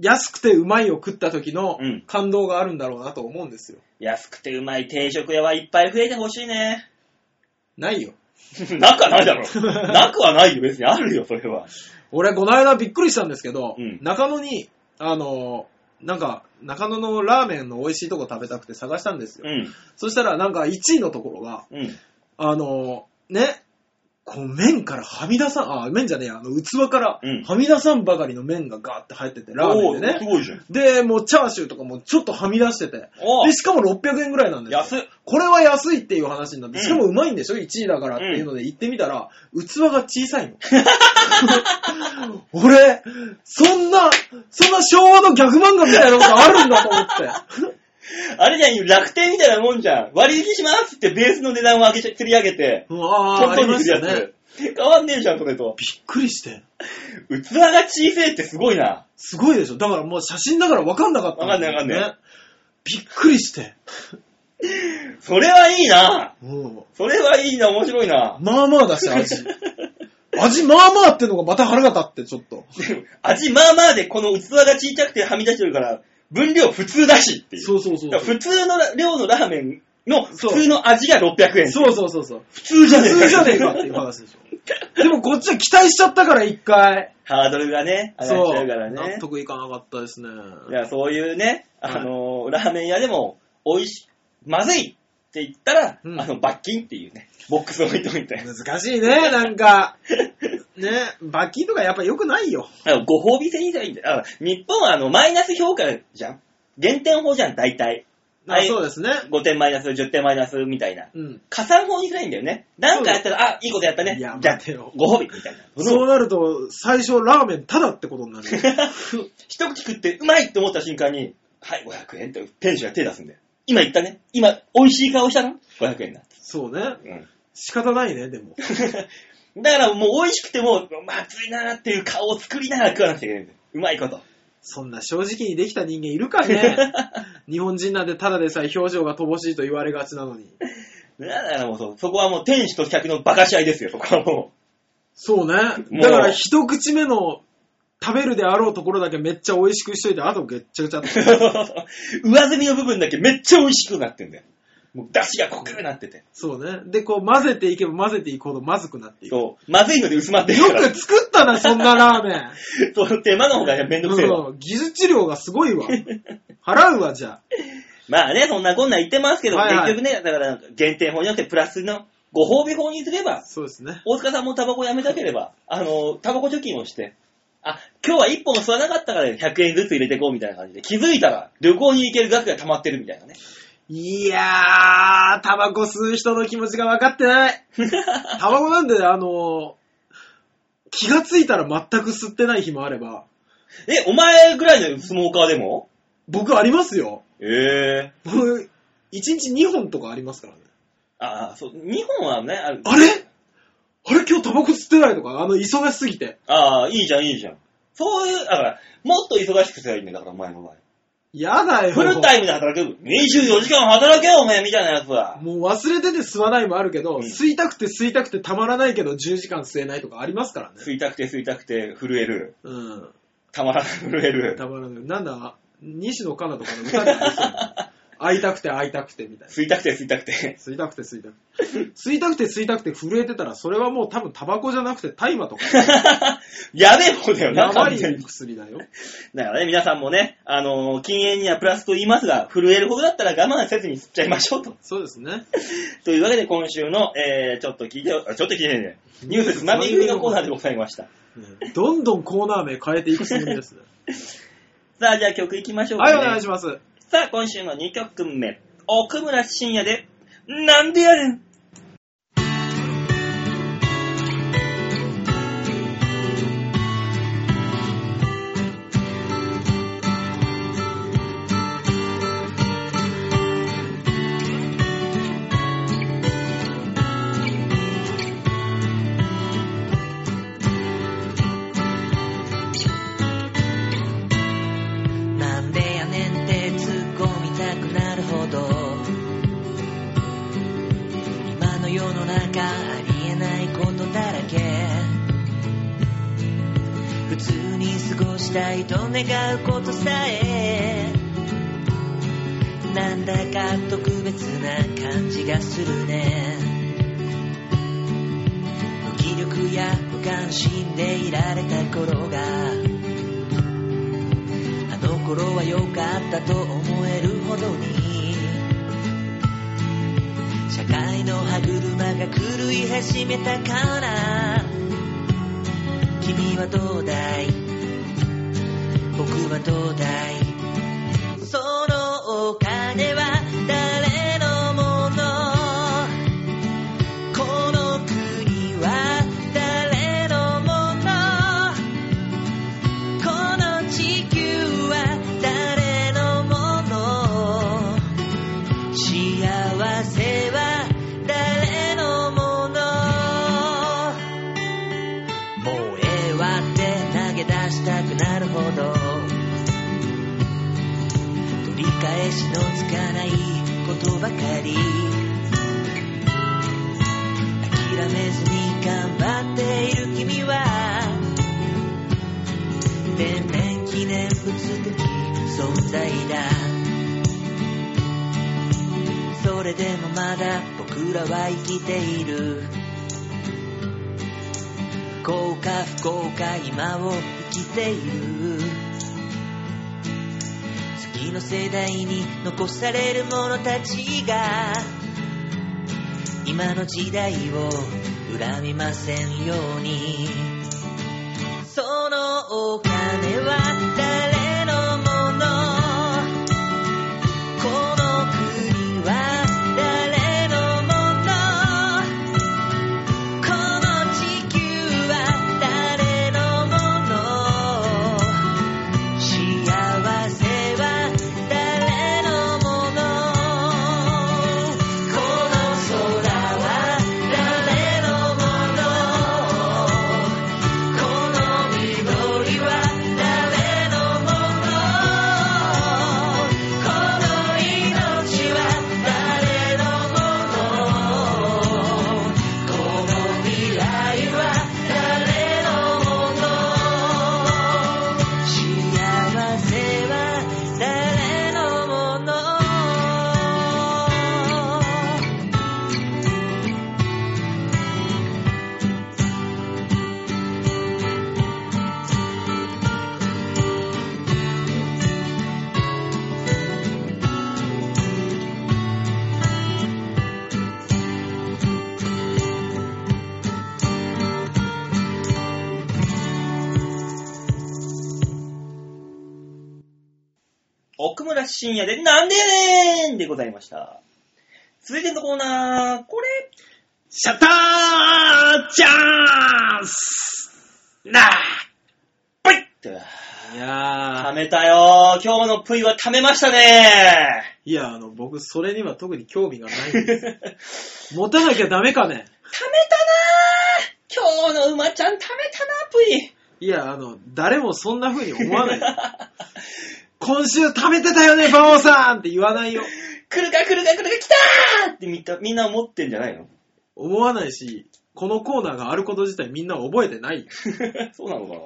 安くてうまいを食った時のうん感動があるんだろうなと思うんですよ。安くてうまい定食屋はいっぱい増えてほしいね。ないよ。 <laughs> なくはないだ <laughs> ろ。なくはないよ、別に。あるよ、それは。俺、この間びっくりしたんですけど、うん中野に、あのーなんか、中野のラーメンの美味しいとこ食べたくて探したんですうよ。ん。そしたら、なんか1位のところが、うん。あのーね、こう麺からはみ出さん、あ、麺じゃねえや、あの器からうんはみ出さんばかりの麺がガーって入ってて、ラーメンでおーすね。ごいじゃん。で、もうチャーシューとかもちょっとはみ出してて。おで、ーしかも600円ぐらいなんですよ。安っ。これは安いっていう話になって、うんしかもうまいんでしょ ?1 位だからっていうので行ってみたら、器が小さいの。 <laughs> 俺、そんな、そんな昭和のギャグ漫画みたいなことあるんだと思って。あれじゃん、楽天みたいなもんじゃん。割引しますってベースの値段を上 <laughs> げちゃ釣り上げて、うわトー、ンあトりンにますしるたやね。つ。変わんねえじゃん、それと。びっくりして。器が小さいってすごいな。すごいでしょだからもう写真だから分かんなかっただよ分かんない分かんびっくりして。それはいいな。うんそれはいいな、面白いな。 <laughs> まあまあだし、味。味まあまあってのがまた腹が立って、ちょっと。味まあまあで、この器が小さくてはみ出してるから、分量普通だしっていう。そうそうそうそう。普通の量のラーメンの普そう通の味が600円。そうそうそうそう。普通じゃねえ普か。通じゃねえかっていう話でしょ。でもこっちは期待しちゃったから、一回。ハードルがね、上がっちゃうからね納。得いかなかったですね。いや、そういうね、あのーラーメン屋でも、美味し、まずいって言ったら、うんあの、罰金っていうね、ボックス置いといて。難しいね、なんか。ね、罰金とかやっぱ良くないよ。 <laughs> あのご褒美制にしたらいいんだよ。あ日本はあの、マイナス評価じゃん減点法じゃん、大体。はあいそうですね。 5点マイナス、10点マイナスみたいな。うん。加算法にすりゃいいんだよね。なんかやったら、あ、いいことやったね。いじやゃあ待てよ、ご褒美みたいな。そうなると、最初ラーメンタダってこ <laughs> とになるよ。一口食ってうまいって思った瞬間に、はい、500円って店主が手出すんだよ。今言ったね。今、美味しい顔したの ?500 円だ。そうね。う仕方ないね、でも。ん。 <laughs> だからもう美味しくても、まずいなーっていう顔を作りながら食わなくちゃいけないんだよ。うまいこと。そんな正直にできた人間いる <laughs> かね。日本人なんてただでさえ表情が乏しいと言われがちなのに。だからもうそうそこはもう店主と客の馬鹿し合いですよ、そこはもそうね。もうだから一口目の食べるであろうところだけめっちゃ美味しくしといて、あとぐっちゃぐちゃっうて。。 <laughs> 上積みの部分だけめっちゃ美味しくなってんだよ。もう出汁が濃くなってて。そうね。で、こう混ぜていけば混ぜていくほどまずくなっていく。そよう。まずいので薄まってるからく。作ったな、そんなラーメン。その手間の方がねめんどくせえわ。うん技術量がすごいわ。払うわ、じゃあ。まあね、そんなこんなん言ってますけど、はいはい結局ね、だから減点法じゃなくてプラスのご褒美法にすれば、そうですね。大塚さんもタバコやめたければ、あの、タバコ貯金をして、あ、今日は1本吸わなかったから100円ずつ入れていこうみたいな感じで、気づいたら旅行に行ける額が溜まってるみたいなね。 <laughs> いやー、タバコ吸う人の気持ちが分かってない。タバコなんで、あのー気がついたら全く吸ってない日もあれば、え、お前ぐらいのスモーカーでも僕ありますよ。ええ僕、1日2本とかありますからね。ああ、そう、2本はね、あるあれあれ今日タバコ吸ってないとか、あの、忙しすぎて。ああ、いいじゃん、いいじゃん。そういう、だから、もっと忙しくすればいいんだよだから、お前の場合。やだよ。フルタイムで働ける。24時間働けよ、お前、みたいなやつは。もう忘れてて吸わないもあるけど、うん吸いたくて吸いたくてたまらないけど10時間吸えないとかありますからね。吸いたくて吸いたくて震える。うん。たまらない震える。たまらない。なんだ、西野カナとかの歌でですよ。 <laughs> 会いたくて会いたくてみたいな。吸いたくて吸いたくて。 <laughs> 吸いたくて吸いたくて。吸いたくて吸いたくて震えてたら、それはもう多分タバコじゃなくて大麻とか、やべえ方だよな、やば完い全に薬だよ。だからね、皆さんもね、あのー禁煙にはプラスと言いますが、震えるほどだったら我慢せずに吸っちゃいましょうと。 <laughs> そうですね。というわけで今週の、えー、ちょっと聞いて、あちょっと聞いてね、ニュースつまみ食いのコーナーでございました。ねどんどんコーナー名変えていくつもりですね。さあ、じゃあ曲いきましょうか、はね。い、お願いします。さあ、今週の2曲目、奥村深也で、なんでやねんなんでやねんって突っ込みたくなるほど今の世の中ありえないことだらけ普通に過ごしたいと願うことさえなんだか特別な感じがするね無気力や無関心でいられた頃があの頃は良かったと思えるほどに社会の歯車が狂い始めたから君はどうだい僕はどうだいそのお金は誰のものこの国は誰のものこの地球は誰のもの幸せは誰のものもうええわって投げ出したくなるほど取り返しのつかないことばかり諦めずに頑張っている君は天然記念物的存在だそれでもまだ僕らは生きている幸か不幸か今を生きている次の世代に残される者たちが今の時代を恨みませんようにそのお金は誰のものこの国は誰のものこの地球は誰のもの幸せは誰のものこの空は誰のものこの緑は誰のものこの命は誰のものこの未来は誰のもの幸せは誰のもの奥村深也で、なんでやねんでございました。続いてのコーナー、これ。シャッターチャンスなあぷいって。いや溜ー、めたよー。今日のぷいは溜めましたねいや、あの、僕、それには特に興味がないんー。溜でめたなー。す。持たなきゃダメかね今日の馬ちゃん溜めたな、ぷい。いや、あの、誰もそんな風に思わない。 <laughs> 今週貯めてたよね、馬王さんって言わないよ。 <laughs> 来るか来るか来るか来たーってみんなみんな思ってんじゃないの <laughs> 思わないし、このコーナーがあること自体みんな覚えてないよ。そうなのかな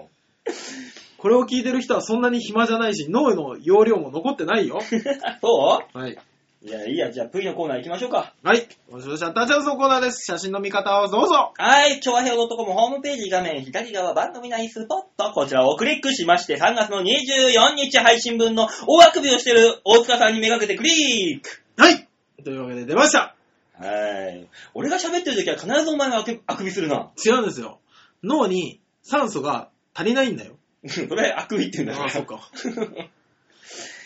これを聞いてる人はそんなに暇じゃないし、脳の容量も残ってないよ。 <laughs> そはい。ういや、いいや、じゃあ V のコーナー行きましょうか。はい。今週のシャッターチャンスのコーナーです。写真の見方をどうぞ。はい、調和表 .com ホームページ画面左側番組内スポット、こちらをクリックしまして、3月の24日配信分の大あくびをしてる大塚さんにめがけてクリックはい。というわけで出ました。はい。俺が喋ってる時は必ずお前があくあくびする <laughs> な。違うんですよ。脳に酸素が足りないんだよ。それあくびって言うんだ <laughs> ああ、そっよ。か。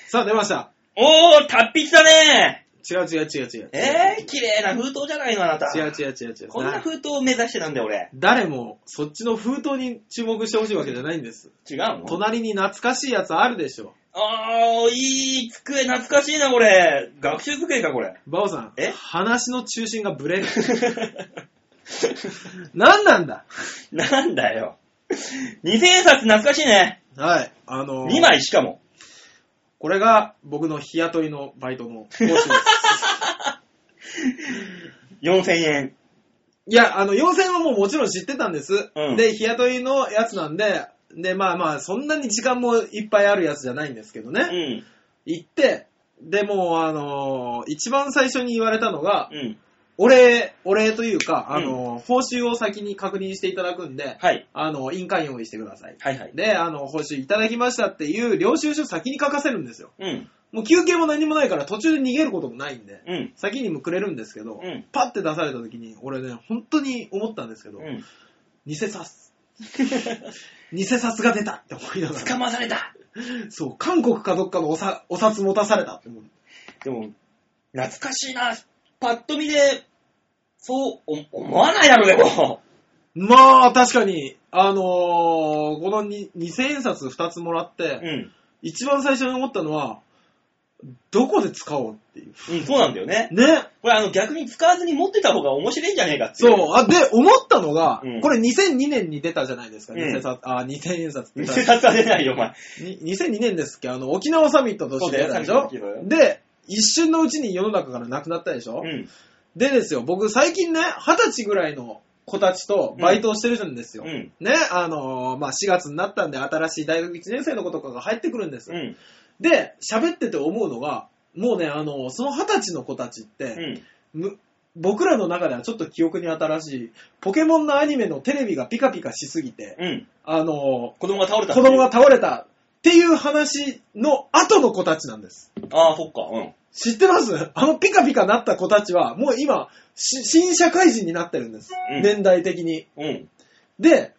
さあ、出ました。 <laughs> おー、達筆だね違う違う違う違う。えー、綺麗な封筒じゃないのあなた。違う違う違う違う。こんなな封筒を目指してたんだよ、俺。誰もそっちの封筒に注目してほしいわけじゃないんです。違うの隣に懐かしいやつあるでしょ。あー、いい机、懐かしいな、これ。学習机か、こ <laughs> れ。バオさん、え話の中心がブ <laughs> レる。何なんだ <laughs> なんだよ。二千円札懐かしいね。はい。あのー2枚しかも。これが僕の日雇いのバイトの報酬 <laughs> です。 4000円。いや、あの、4000円はもうもちろん知ってたんです。うんで、日雇いのやつなんで、で、まあまあ、そんなに時間もいっぱいあるやつじゃないんですけどね。うん。行って、でもう、あのー一番最初に言われたのが、うん。お礼、お礼というか、あのー報酬を先に確認していただくんで、はい。あの、印鑑用意してください。はいはい。で、あの、報酬いただきましたっていう領収書先に書かせるんですよ。うん。もう休憩も何もないから途中で逃げることもないんで、うん。先にもくれるんですけど、うんパッて出された時に、俺ね、本当に思ったんですけ <laughs> ど、うん。偽札。偽札が出たって思いなが捕ら。まされた。そう、韓国かどっかのおさお札持たされたって思う。でも、懐かしいな。パッと見で、そうお思わないだろう、でも。まあ、確かに、あのーこのに2000円札2つもらって、うん。一番最初に思ったのは、どこで使おうっていう。うん、そうなんだよね。ね。これ、あの、逆に使わずに持ってた方が面白いんじゃねえかっていそう。あ、で、思ったのが、うんこれ2002年に出たじゃないですか、うん2000円札。あ、2000円札って偽出 <laughs> た。札は出ないよ、お前。に2002年ですっけあの、沖縄サミットの年に出たでしょそうだよで、一瞬のうちに世の中からなくなったでしょ、うん。でですよ、僕最近ね、二十歳ぐらいの子たちとバイトをしてるんですよ。うん。ね、あのーまあ、4月になったんで新しい大学1年生の子とかが入ってくるんです。うん。で、喋ってて思うのが、もうね、あのーその二十歳の子たちっうて、ん。む僕らの中ではちょっと記憶に新しい、ポケモンのアニメのテレビがピカピカしすぎて、うん。あの子供が倒れーた。子供が。倒れたっていう話の後の子たちなんです。ああ、そっか。うん。知ってますあのピカピカなった子たちは、もう今、し新社会人になってるんです。うん年代的に。うん。で、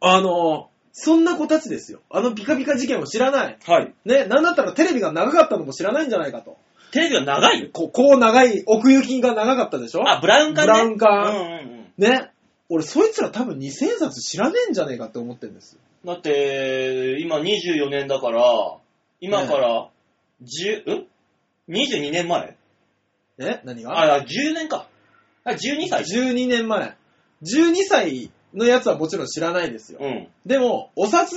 あのーそんな子たちですよ。あのピカピカ事件を知らない。はい。ね、なんだったらテレビが長かったのも知らないんじゃないかと。テレビは長いよ。ここう長い、奥行きが長かったでしょあ、ブラウン管ね。ブラウン管うんうんうん。ね。俺、そいつら多分2000円札知らねえんじゃねえかって思ってるんです。だって、今24年だから、今から、10、ん ?22 年前ね何があ、10年か。あ12歳。 ?12 年前。12歳のやつはもちろん知らないですよ。うん。でも、お札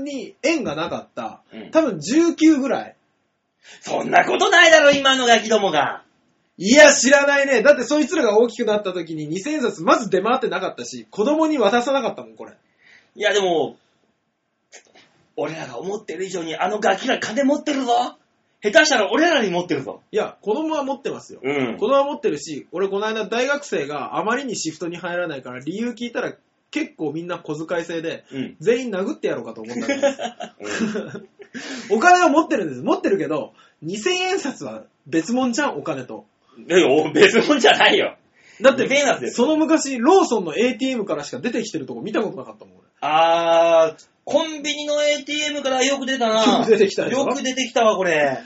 に縁がなかったうん、多分19ぐらい。そんなことないだろ、今のガキどもが。いや、知らないね。だってそいつらが大きくなった時に2000円札まず出回ってなかったし、子供に渡さなかったもん、これ。いや、でも、俺らが思ってる以上にあのガキら金持ってるぞ。下手したら俺らに持ってるぞ。いや、子供は持ってますよ。うん子供は持ってるし、俺この間大学生があまりにシフトに入らないから、理由聞いたら結構みんな小遣い制で、うん。全員殴ってやろうかと思ったんで <laughs> す。お金は持ってるんです。持ってるけど、2000円札は別物じゃん、お金と。いや、お別物じゃないよ。だって2000円札で、すその昔、ローソンの ATM からしか出てきてるとこ見たことなかったもん、俺。あー、コンビニの ATM からよく出たな。よく出てきたでしょよく出てきたわ、これ。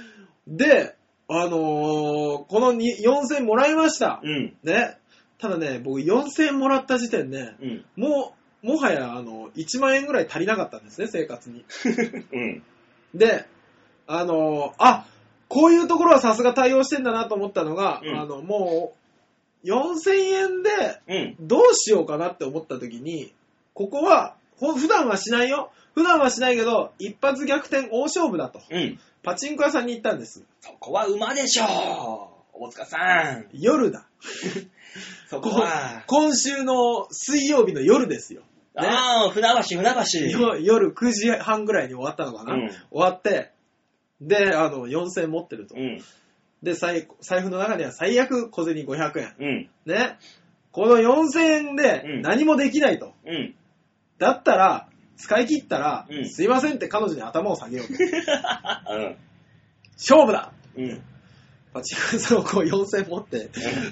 で、あのーこのに4000もらいました。うん。ね。ただね、僕4000もらった時点で、うん。もう、もはや、あの、1万円ぐらい足りなかったんですね、生活に。うん。で、あのーあ、こういうところはさすが対応してんだなと思ったのが、うんあの、もう、4000円でうん。どうしようかなって思った時に、ここは、ほ普段はしないよ。普段はしないけど、一発逆転大勝負だと。うん。パチンコ屋さんに行ったんです。そこは馬でしょう。大塚さん。夜だ。そここは。今週の水曜日の夜ですよ。ああ、船橋、船橋。よ夜9時半ぐらいに終わったのかな、うん終わって、で、あの、4000円持ってるとう。ん。で、財財布の中には最悪小銭500円。うん。ね。この4000円うでん何もできないと。うん。だったら、使い切ったら、うんすいませんって彼女に頭を下げようと。あうん。勝負だうん。パチンコ屋さんをこう4000円持って、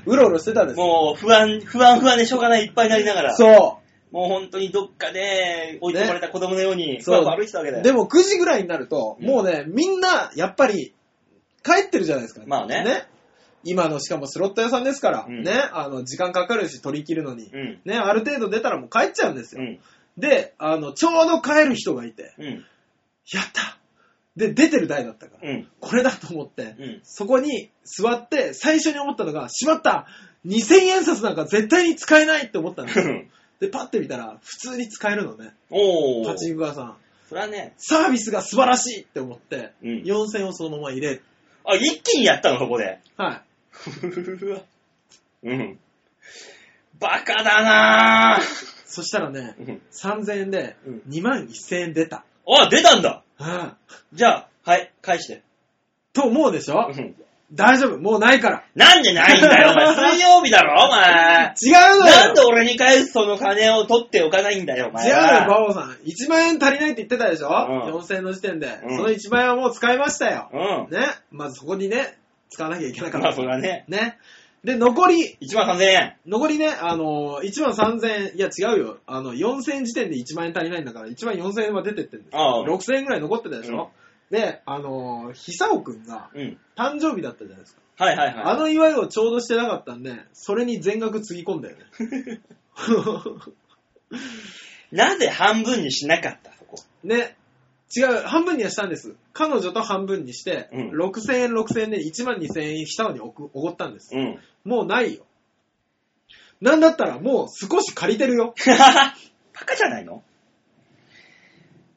うろうろしてたんですよ。もう、不安、不安不安でしょうがない、いっぱいになりながら。そもう本当にどっかで置いてこられた子供のように、う。ふわそふわ歩いてたわけだう。よ。でも9時ぐらいになると、うんもうね、みんな、やっぱり、帰ってるじゃないですか。まあね今のしかもスロット屋さんですから、うんね、あの、時間かかるし取り切るのに、うん。ね、ある程度出たらもう帰っちゃうんですうよ。ん。で、あの、ちょうど帰る人がいて、うん。やったで、出てる台だったから、うん。これだと思って、うんそこに座って、最初に思ったのが、しまった !2000 円札なんか絶対に使えないって思ったんですうよ。ん。で、パッて見たら、普通に使えるのね。 <laughs> おー。パチンコ屋さん。それはね、サービスが素晴らしいって思って、うん4000円をそのまま入れる。あ、一気にやったの、そこ <laughs> で。はうわ。うん。バカだなぁい。。そしたらね、うん3000円でうん2万1000円出た。あ、出たんだはあじゃあ、はい、返して。と思うでしょうん大丈夫、もうないから。なんでないんだよ、お <laughs> 前。水曜日だろ、お前。違うのよなんで俺に返すその金を取っておかないんだよ、お前違うよ、は。バオさん。1万円足りないって言ってたでしょ、ん ?4000 円の時点で、うんその1万円はもう使いましたよ。うん。ね。まずそこにね、使わなきゃいけなかっまあ、た。それはね。ね。で、残り、 1万3000円。残りね、あのー、1万3000円、いや違うよ。あの、4000円時点で1万円足りないんだから、1万4000円は出てってんですああよ。6000円ぐらい残ってたでしょ、で、あのー、久尾くんがうん。誕生日だったじゃないですか。はいはいあはの祝いをちょうどしてなかったんで、それに全額つぎ込んだよね。 <laughs> い。 <laughs> なぜ半分にしなかった、そこ。ね、違う、半分にはしたんです。彼女と半分にして、うん6000円6000円で1万2000円久尾におくおごったんです。うん。もうないよ。なんだったらもう少し借りてるよ。 <laughs> バカじゃないの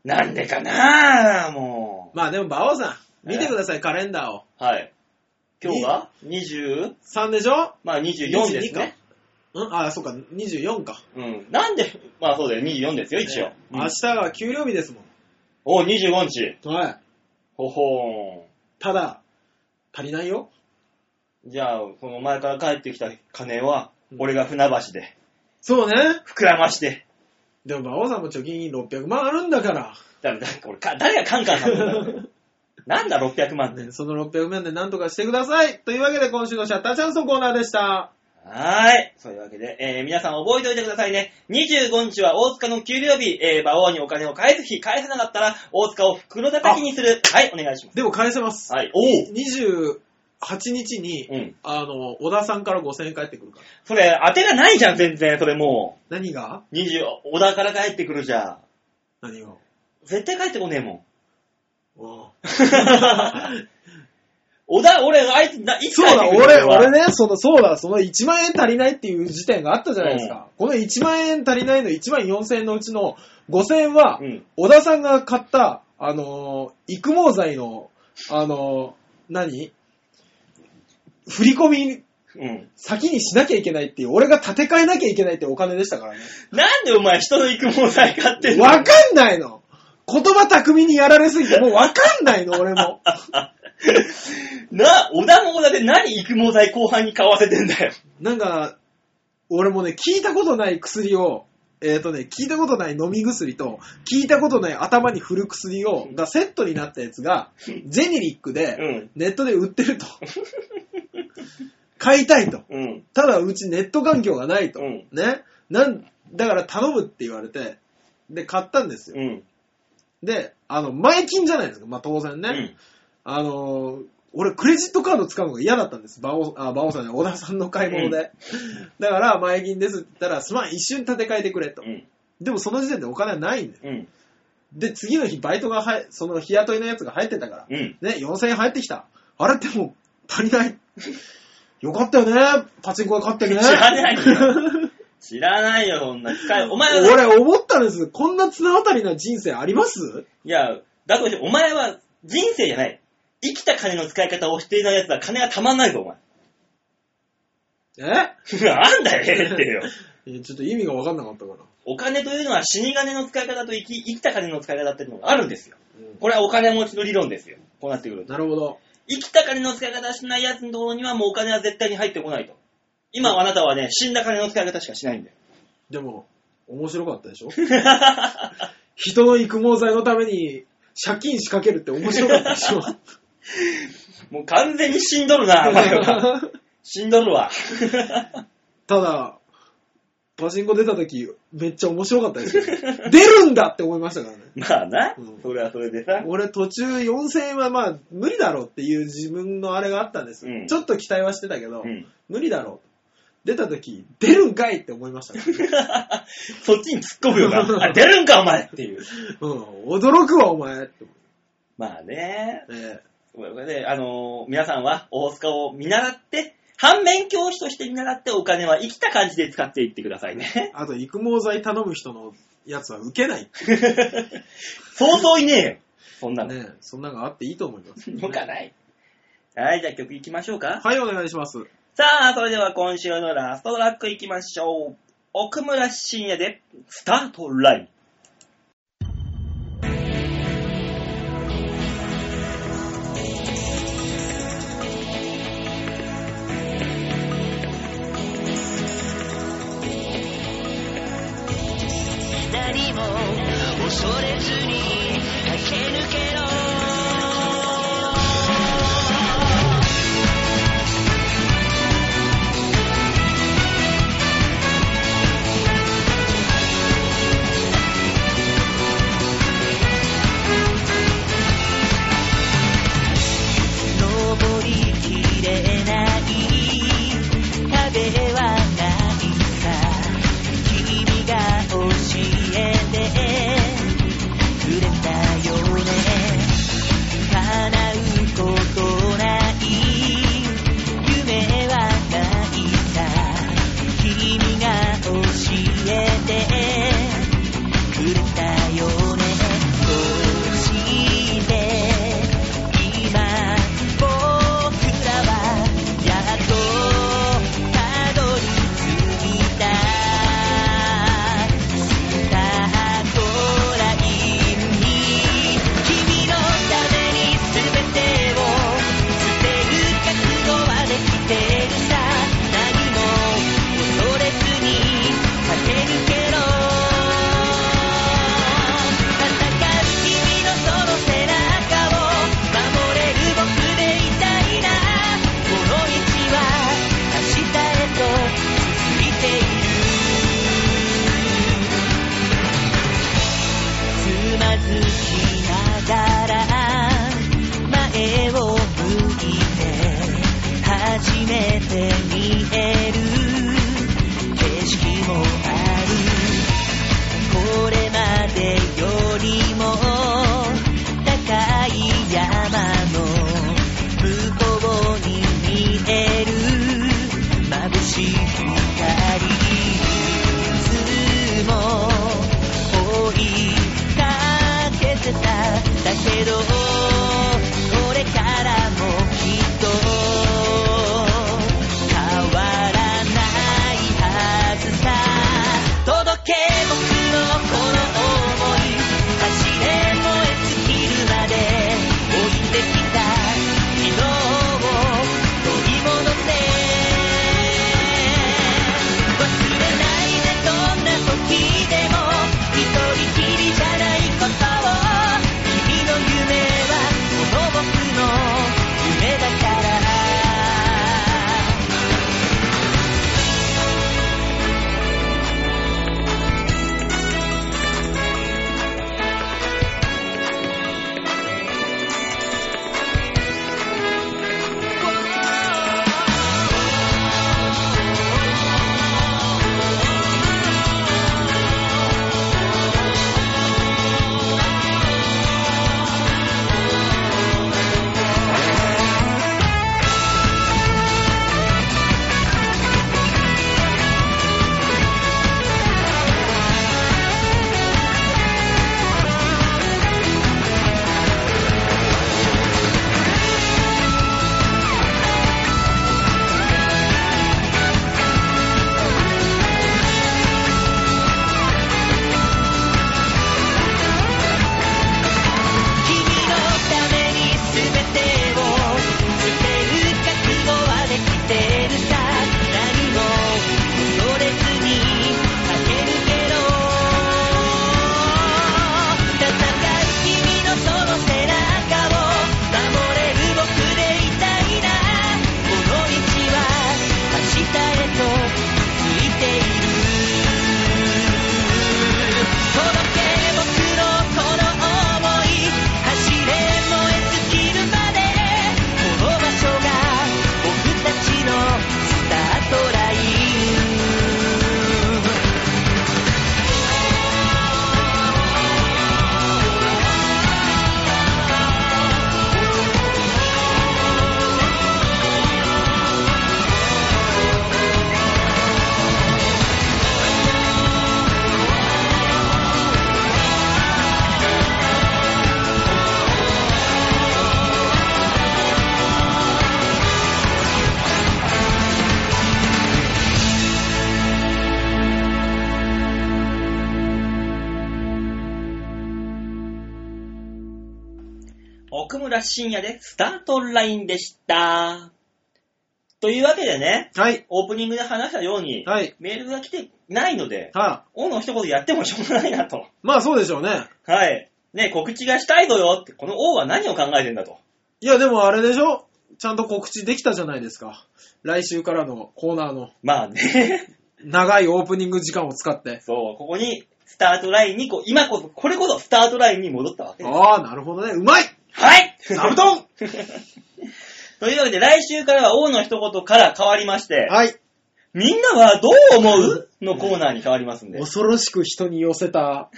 なんでかなぁ、もまあでも、馬王さん、見てください、カレンダーを。う。はい。今日が 20? 3でしょまあ24ですね。うんあ、そうか、24か。うん。なんで、まあそうだよ、24ですよ、一応。うん明日が給料日ですもお、25日。ん。はい。ほほーん。ただ、足りないよ。じゃあ、この前から帰ってきた金はう、ん俺が船橋で、そうね。膨らまして、でも、馬王さんも貯金600万あるんだから。だから、だから俺か誰がカンカンさんだよ <laughs> なんだ600万って。ね、その600万で何とかしてください。というわけで、今週のシャッターチャンスのコーナーでした。はーい。そういうわけで、えー、皆さん覚えておいてくださいね。25日は大塚の給料日、えー、馬王にお金を返す日、返せなかったら、大塚を袋叩きにする。はい、お願いしまでも、返せますす。。はい。お28日に、うん。あの、小田さんから5000円返ってくるから。それ、当てがないじゃん、全然、それも何がう。20、小田から帰ってくるじゃん。何が絶対帰ってこねえ <laughs> もん。うん小田、俺、あいつ、ないつそう帰って <laughs> だ、くる俺、は俺ね、その、そうだ、その1万円足りないっていう時点があったじゃないですか。この1万円足りないの1万4000円のうちの5000円は、うん小田さんが買った、あのー、育毛剤の、あのー、何振り込みうん。先にしなきゃいけないっていう、俺が立て替えなきゃいけないってお金でしたからね。 <laughs> なんでお前人の育毛剤買ってんのわかんないの言葉巧みにやられすぎて、もうわかんないの、俺も。 <laughs> な、小田も小田で何育毛剤後半に買わせてんだよ。なんか、俺もね、聞いたことない薬を、えっ、とね、聞いたことない飲み薬と、聞いたことない頭に振る薬を、がセットになったやつが、ジェネリックうで、ん。ネットで売っ <laughs> てると。買いたいと。うん。ただ、うちネット環境がないと。うんね。なん、だから頼むって言われて、で、買ったんですよ。うん。で、あの、前金じゃないですか。まあ、当然ね。うん。あのー俺、クレジットカード使うのが嫌だったんです。バオ、あ、バオさんね、小田さんの買い物で。だから、前金ですって言ったら、すまん、一瞬立て替えてくれと。うん。でも、その時点でお金はないんだよ。うん。で、次の日、バイトが入、その日雇いのやつが入ってたから、うん。ね、4000円入ってきた。あれ、でも、足りない。よかったよね、パチンコが勝ってね。知らないよ知らないよ、そんな使い。お前は、 <laughs> 俺、思ったんです。こんな綱渡りな人生ありますいや、だとして、お前は人生じゃない。生きた金の使い方をしていない奴は金がたまんないぞ、お前。 <laughs> えあんだよ、へへってよ。 <laughs> いやちょっと意味が分かんなかったから。お金というのは死神の使い方と生き生きた金の使い方っていうのがあるんですよ。うんこれはお金持ちの理論ですよ。こうなってくると。なるほど。生きた金の使い方しない奴のところにはもうお金は絶対に入ってこないと。今はあなたはね、死んだ金の使い方しかしないんだよ。でも、面白かったでしょ <laughs> 人の育毛剤のために借金仕掛けるって面白かったで <laughs> しょもう完全に死んどるな、お前 <laughs> は。死んどるわ。ただ、パチンコ出た時、めっちゃ面白かったですよ。出るんだって思いましたからね。まあなうん、それはそれでさ。俺途中4000円はまあ無理だろうっていう自分のあれがあったんです、うんちょっと期待はしてたけど、うん無理だろう出た時出るんかいって思いましたね、そっちに突っ込むよ <laughs> な。あ、出るんか、お前っていう。うん、驚くわお前って思まあね。って、えこれで、あのー皆さんは大塚を見習って、反面教師として見習ってお金は生きた感じで使っていってくださいね <laughs> え。あと育毛剤頼む人のやつは受けないってそうそういねえよ。そんなの。ねそんなのがあっていいと思 <laughs> いますのかない。はい、じゃあ曲いきましょうか。はいお願いしますさあ、それでは今週のラストトラックいきましょう。奥村深也で、スタートライン。何も恐れずに駆け抜けろ登りきれない壁はないか君が教えてくれたよね叶うことない夢はないさ君が教えてくれたよねどうして今僕らはやっとたどり着いたスタートラインに君のために全てを捨てる覚悟はできてるさ何も恐れずに駆け抜けろ戦う君のその背中を守れる僕でいてくれるいなこの道は明日へと続いているつまずきながら前を向いて初めて見える景色もあるこれまでよりも高い山の向こうに見える眩しい光いつも追いかけてた奥村深也でスタートラインでした。というわけでね、はい。オープニングで話したように、はい。メールが来てないので、はあ、王の一言やってもしょうがないなと。まあそうでしょうね。はい。ね、告知がしたいのよって、この王は何を考えてんだと。いや、でもあれでしょちゃんと告知できたじゃないですか。来週からのコーナーのまあね、 <laughs> 長いオープニング時間を使って。そう、ここに、スタートラインに、こう、今こそ、これこそスタートラインに戻ったわけです。ああ、なるほどね。うまいはいナルト <laughs> というわけで、来週からは王の一言から変わりまして、はい。みんなはどう思うのコーナーに変わりますんで。恐ろしく人に寄せた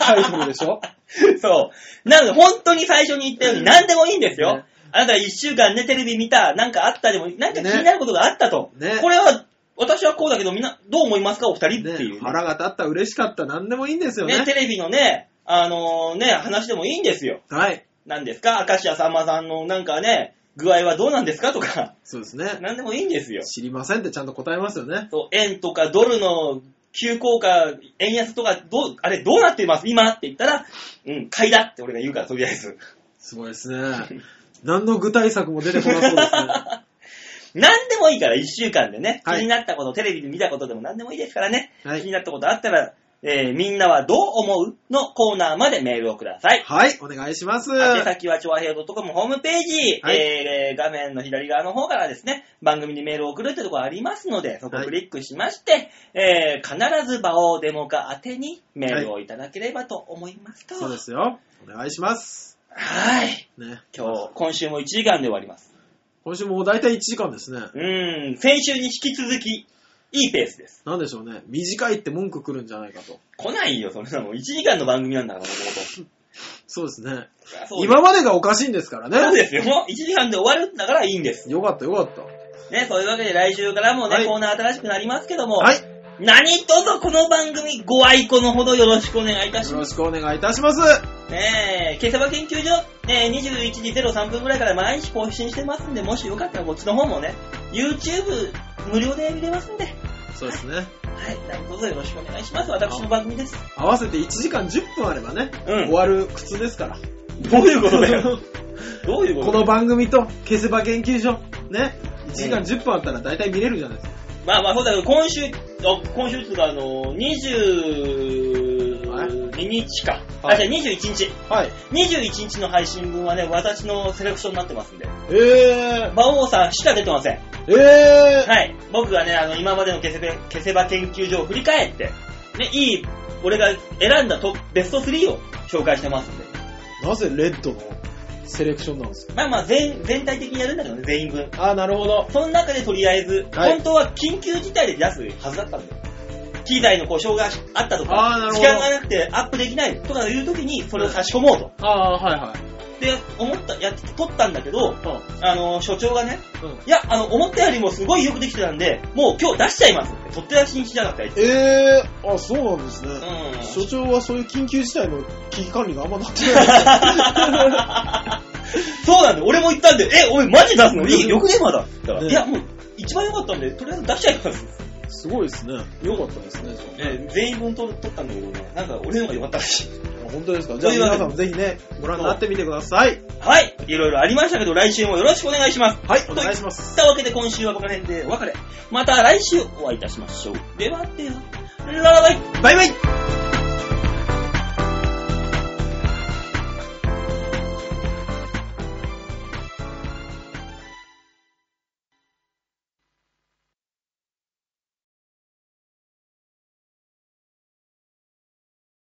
タイトルでしょ <laughs> そう。なので、本当に最初に言ったように、何でもいいんですよね。あなたが一週間ね、テレビ見た、なんかあったでも、なんか気になることがあったと。ねこれは、私はこうだけど、みんな、どう思いますか、お二人っていねう。腹が立った、嬉しかった、何でもいいんですよね。ね、テレビのね、あのね、話でもいいんですよ。はい。何ですか明石家さんまさんのなんかね、具合はどうなんですかとか、 <laughs> そうですね。何でもいいんですよ。知りませんってちゃんと答えますよね。そう円とかドルの急降下、円安とか、どう、あれどうなってます今って言ったら、うん、買いだって俺が言うから、とりあえず。すごいですね。何の具体策も出てこなそうですね。何でもいいから、1週間でね、気はいになったこと、テレビで見たことでも何でもいいですからね、はい気になったことあったら、えーみんなはどう思うのコーナーまでメールをください。はい、お願いします。宛先は、超和平 .com ホームページ、はいえー画面の左側の方からですね、番組にメールを送るってところありますので、そこをはいクリックしまして、えー必ず場をデモか宛てにメールをいただければと思いますと。そうですよ。お願いします。はい。ね。今日、今週も1時間で終わります。今週も大体1時間ですね。うーん、先週に引き続き、いいペースです。なんでしょうね。短いって文句来るんじゃないかと。来ないよ、それなもう1時間の番組なんだから、もともそうですね。と。今までがおかしいんですからそうね。ですよ。1時間で終わるんだからいいんです。よかったよかった。ね、そういうわけで来週からもね、はいコーナー新しくなりますけども、はい。何とぞこの番組ご愛顧のほどよろしくお願いいたしよまろす。しくお願いいたします。ねえ、ケセバ研究所、ね、21時03分ぐらいから毎日更新してますんで、もしよかったらこっちの方もね、YouTube 無料で見れますんで、はい、そうですね。何とぞよろしくお願いします。私の番組です。合わせて1時間10分あればね、うん終わる靴ですから。どういうことだよ。どういうことこの番組と消せば研究所、ね。1時間10分あったら大体見れるじゃないですか。まあまあそうだけど、今週、あ今週っていうか、あの、22日か。はいあ、じゃあ21日。はい。 21日の配信分はね、私のセレクションになってますんで。え馬王さんしか出てません。ー、えー、はい。僕がね、あの、今までのケセベケセバ研究所を振り返って、ね、いい、俺が選んだトベスト3を紹介してますんで。なぜレッドのセレクションなんですかまあまあ全、全体的にやるんだけどね、全員分。あー、なるほど。その中でとりあえず、はい本当は緊急事態で出すはずだったんだよ。機材の故障があったとあーか、なる時ほど間がなくてアップできないとかいう時にそれを差し込もうと。あー、はいはい。で、思った、やって、撮ったんだけど、うあの、所長がね、ん。うん、いや、あの、思ったよりもすごいよくできてたんで、もう今日出しちゃいますって、取って出しにしなかったらいいってえー、あ、そうなんですね。うん。所長はそういう緊急事態の危機管理があんまなってない。そうなんだよ、俺も言ったんで、え、おい、マジ出すのいいよくね、まだ。って言ったらねいや、もう、一番良かったんで、とりあえず出しちゃいます。 <laughs> すごいですね。よかったですね。じゃあえ、全員分撮る撮ったんだけどね、なんか俺の方が良かったらしい。あ本当ですか。じゃあ皆さんもぜひね、ご覧になってみてください。はい。いろいろありましたけど、来週もよろしくお願いします。はい、お願いします。とったわけで今週はこの辺でお別れ。また来週お会いいたしましょう。ではでは、ララバイバイバイ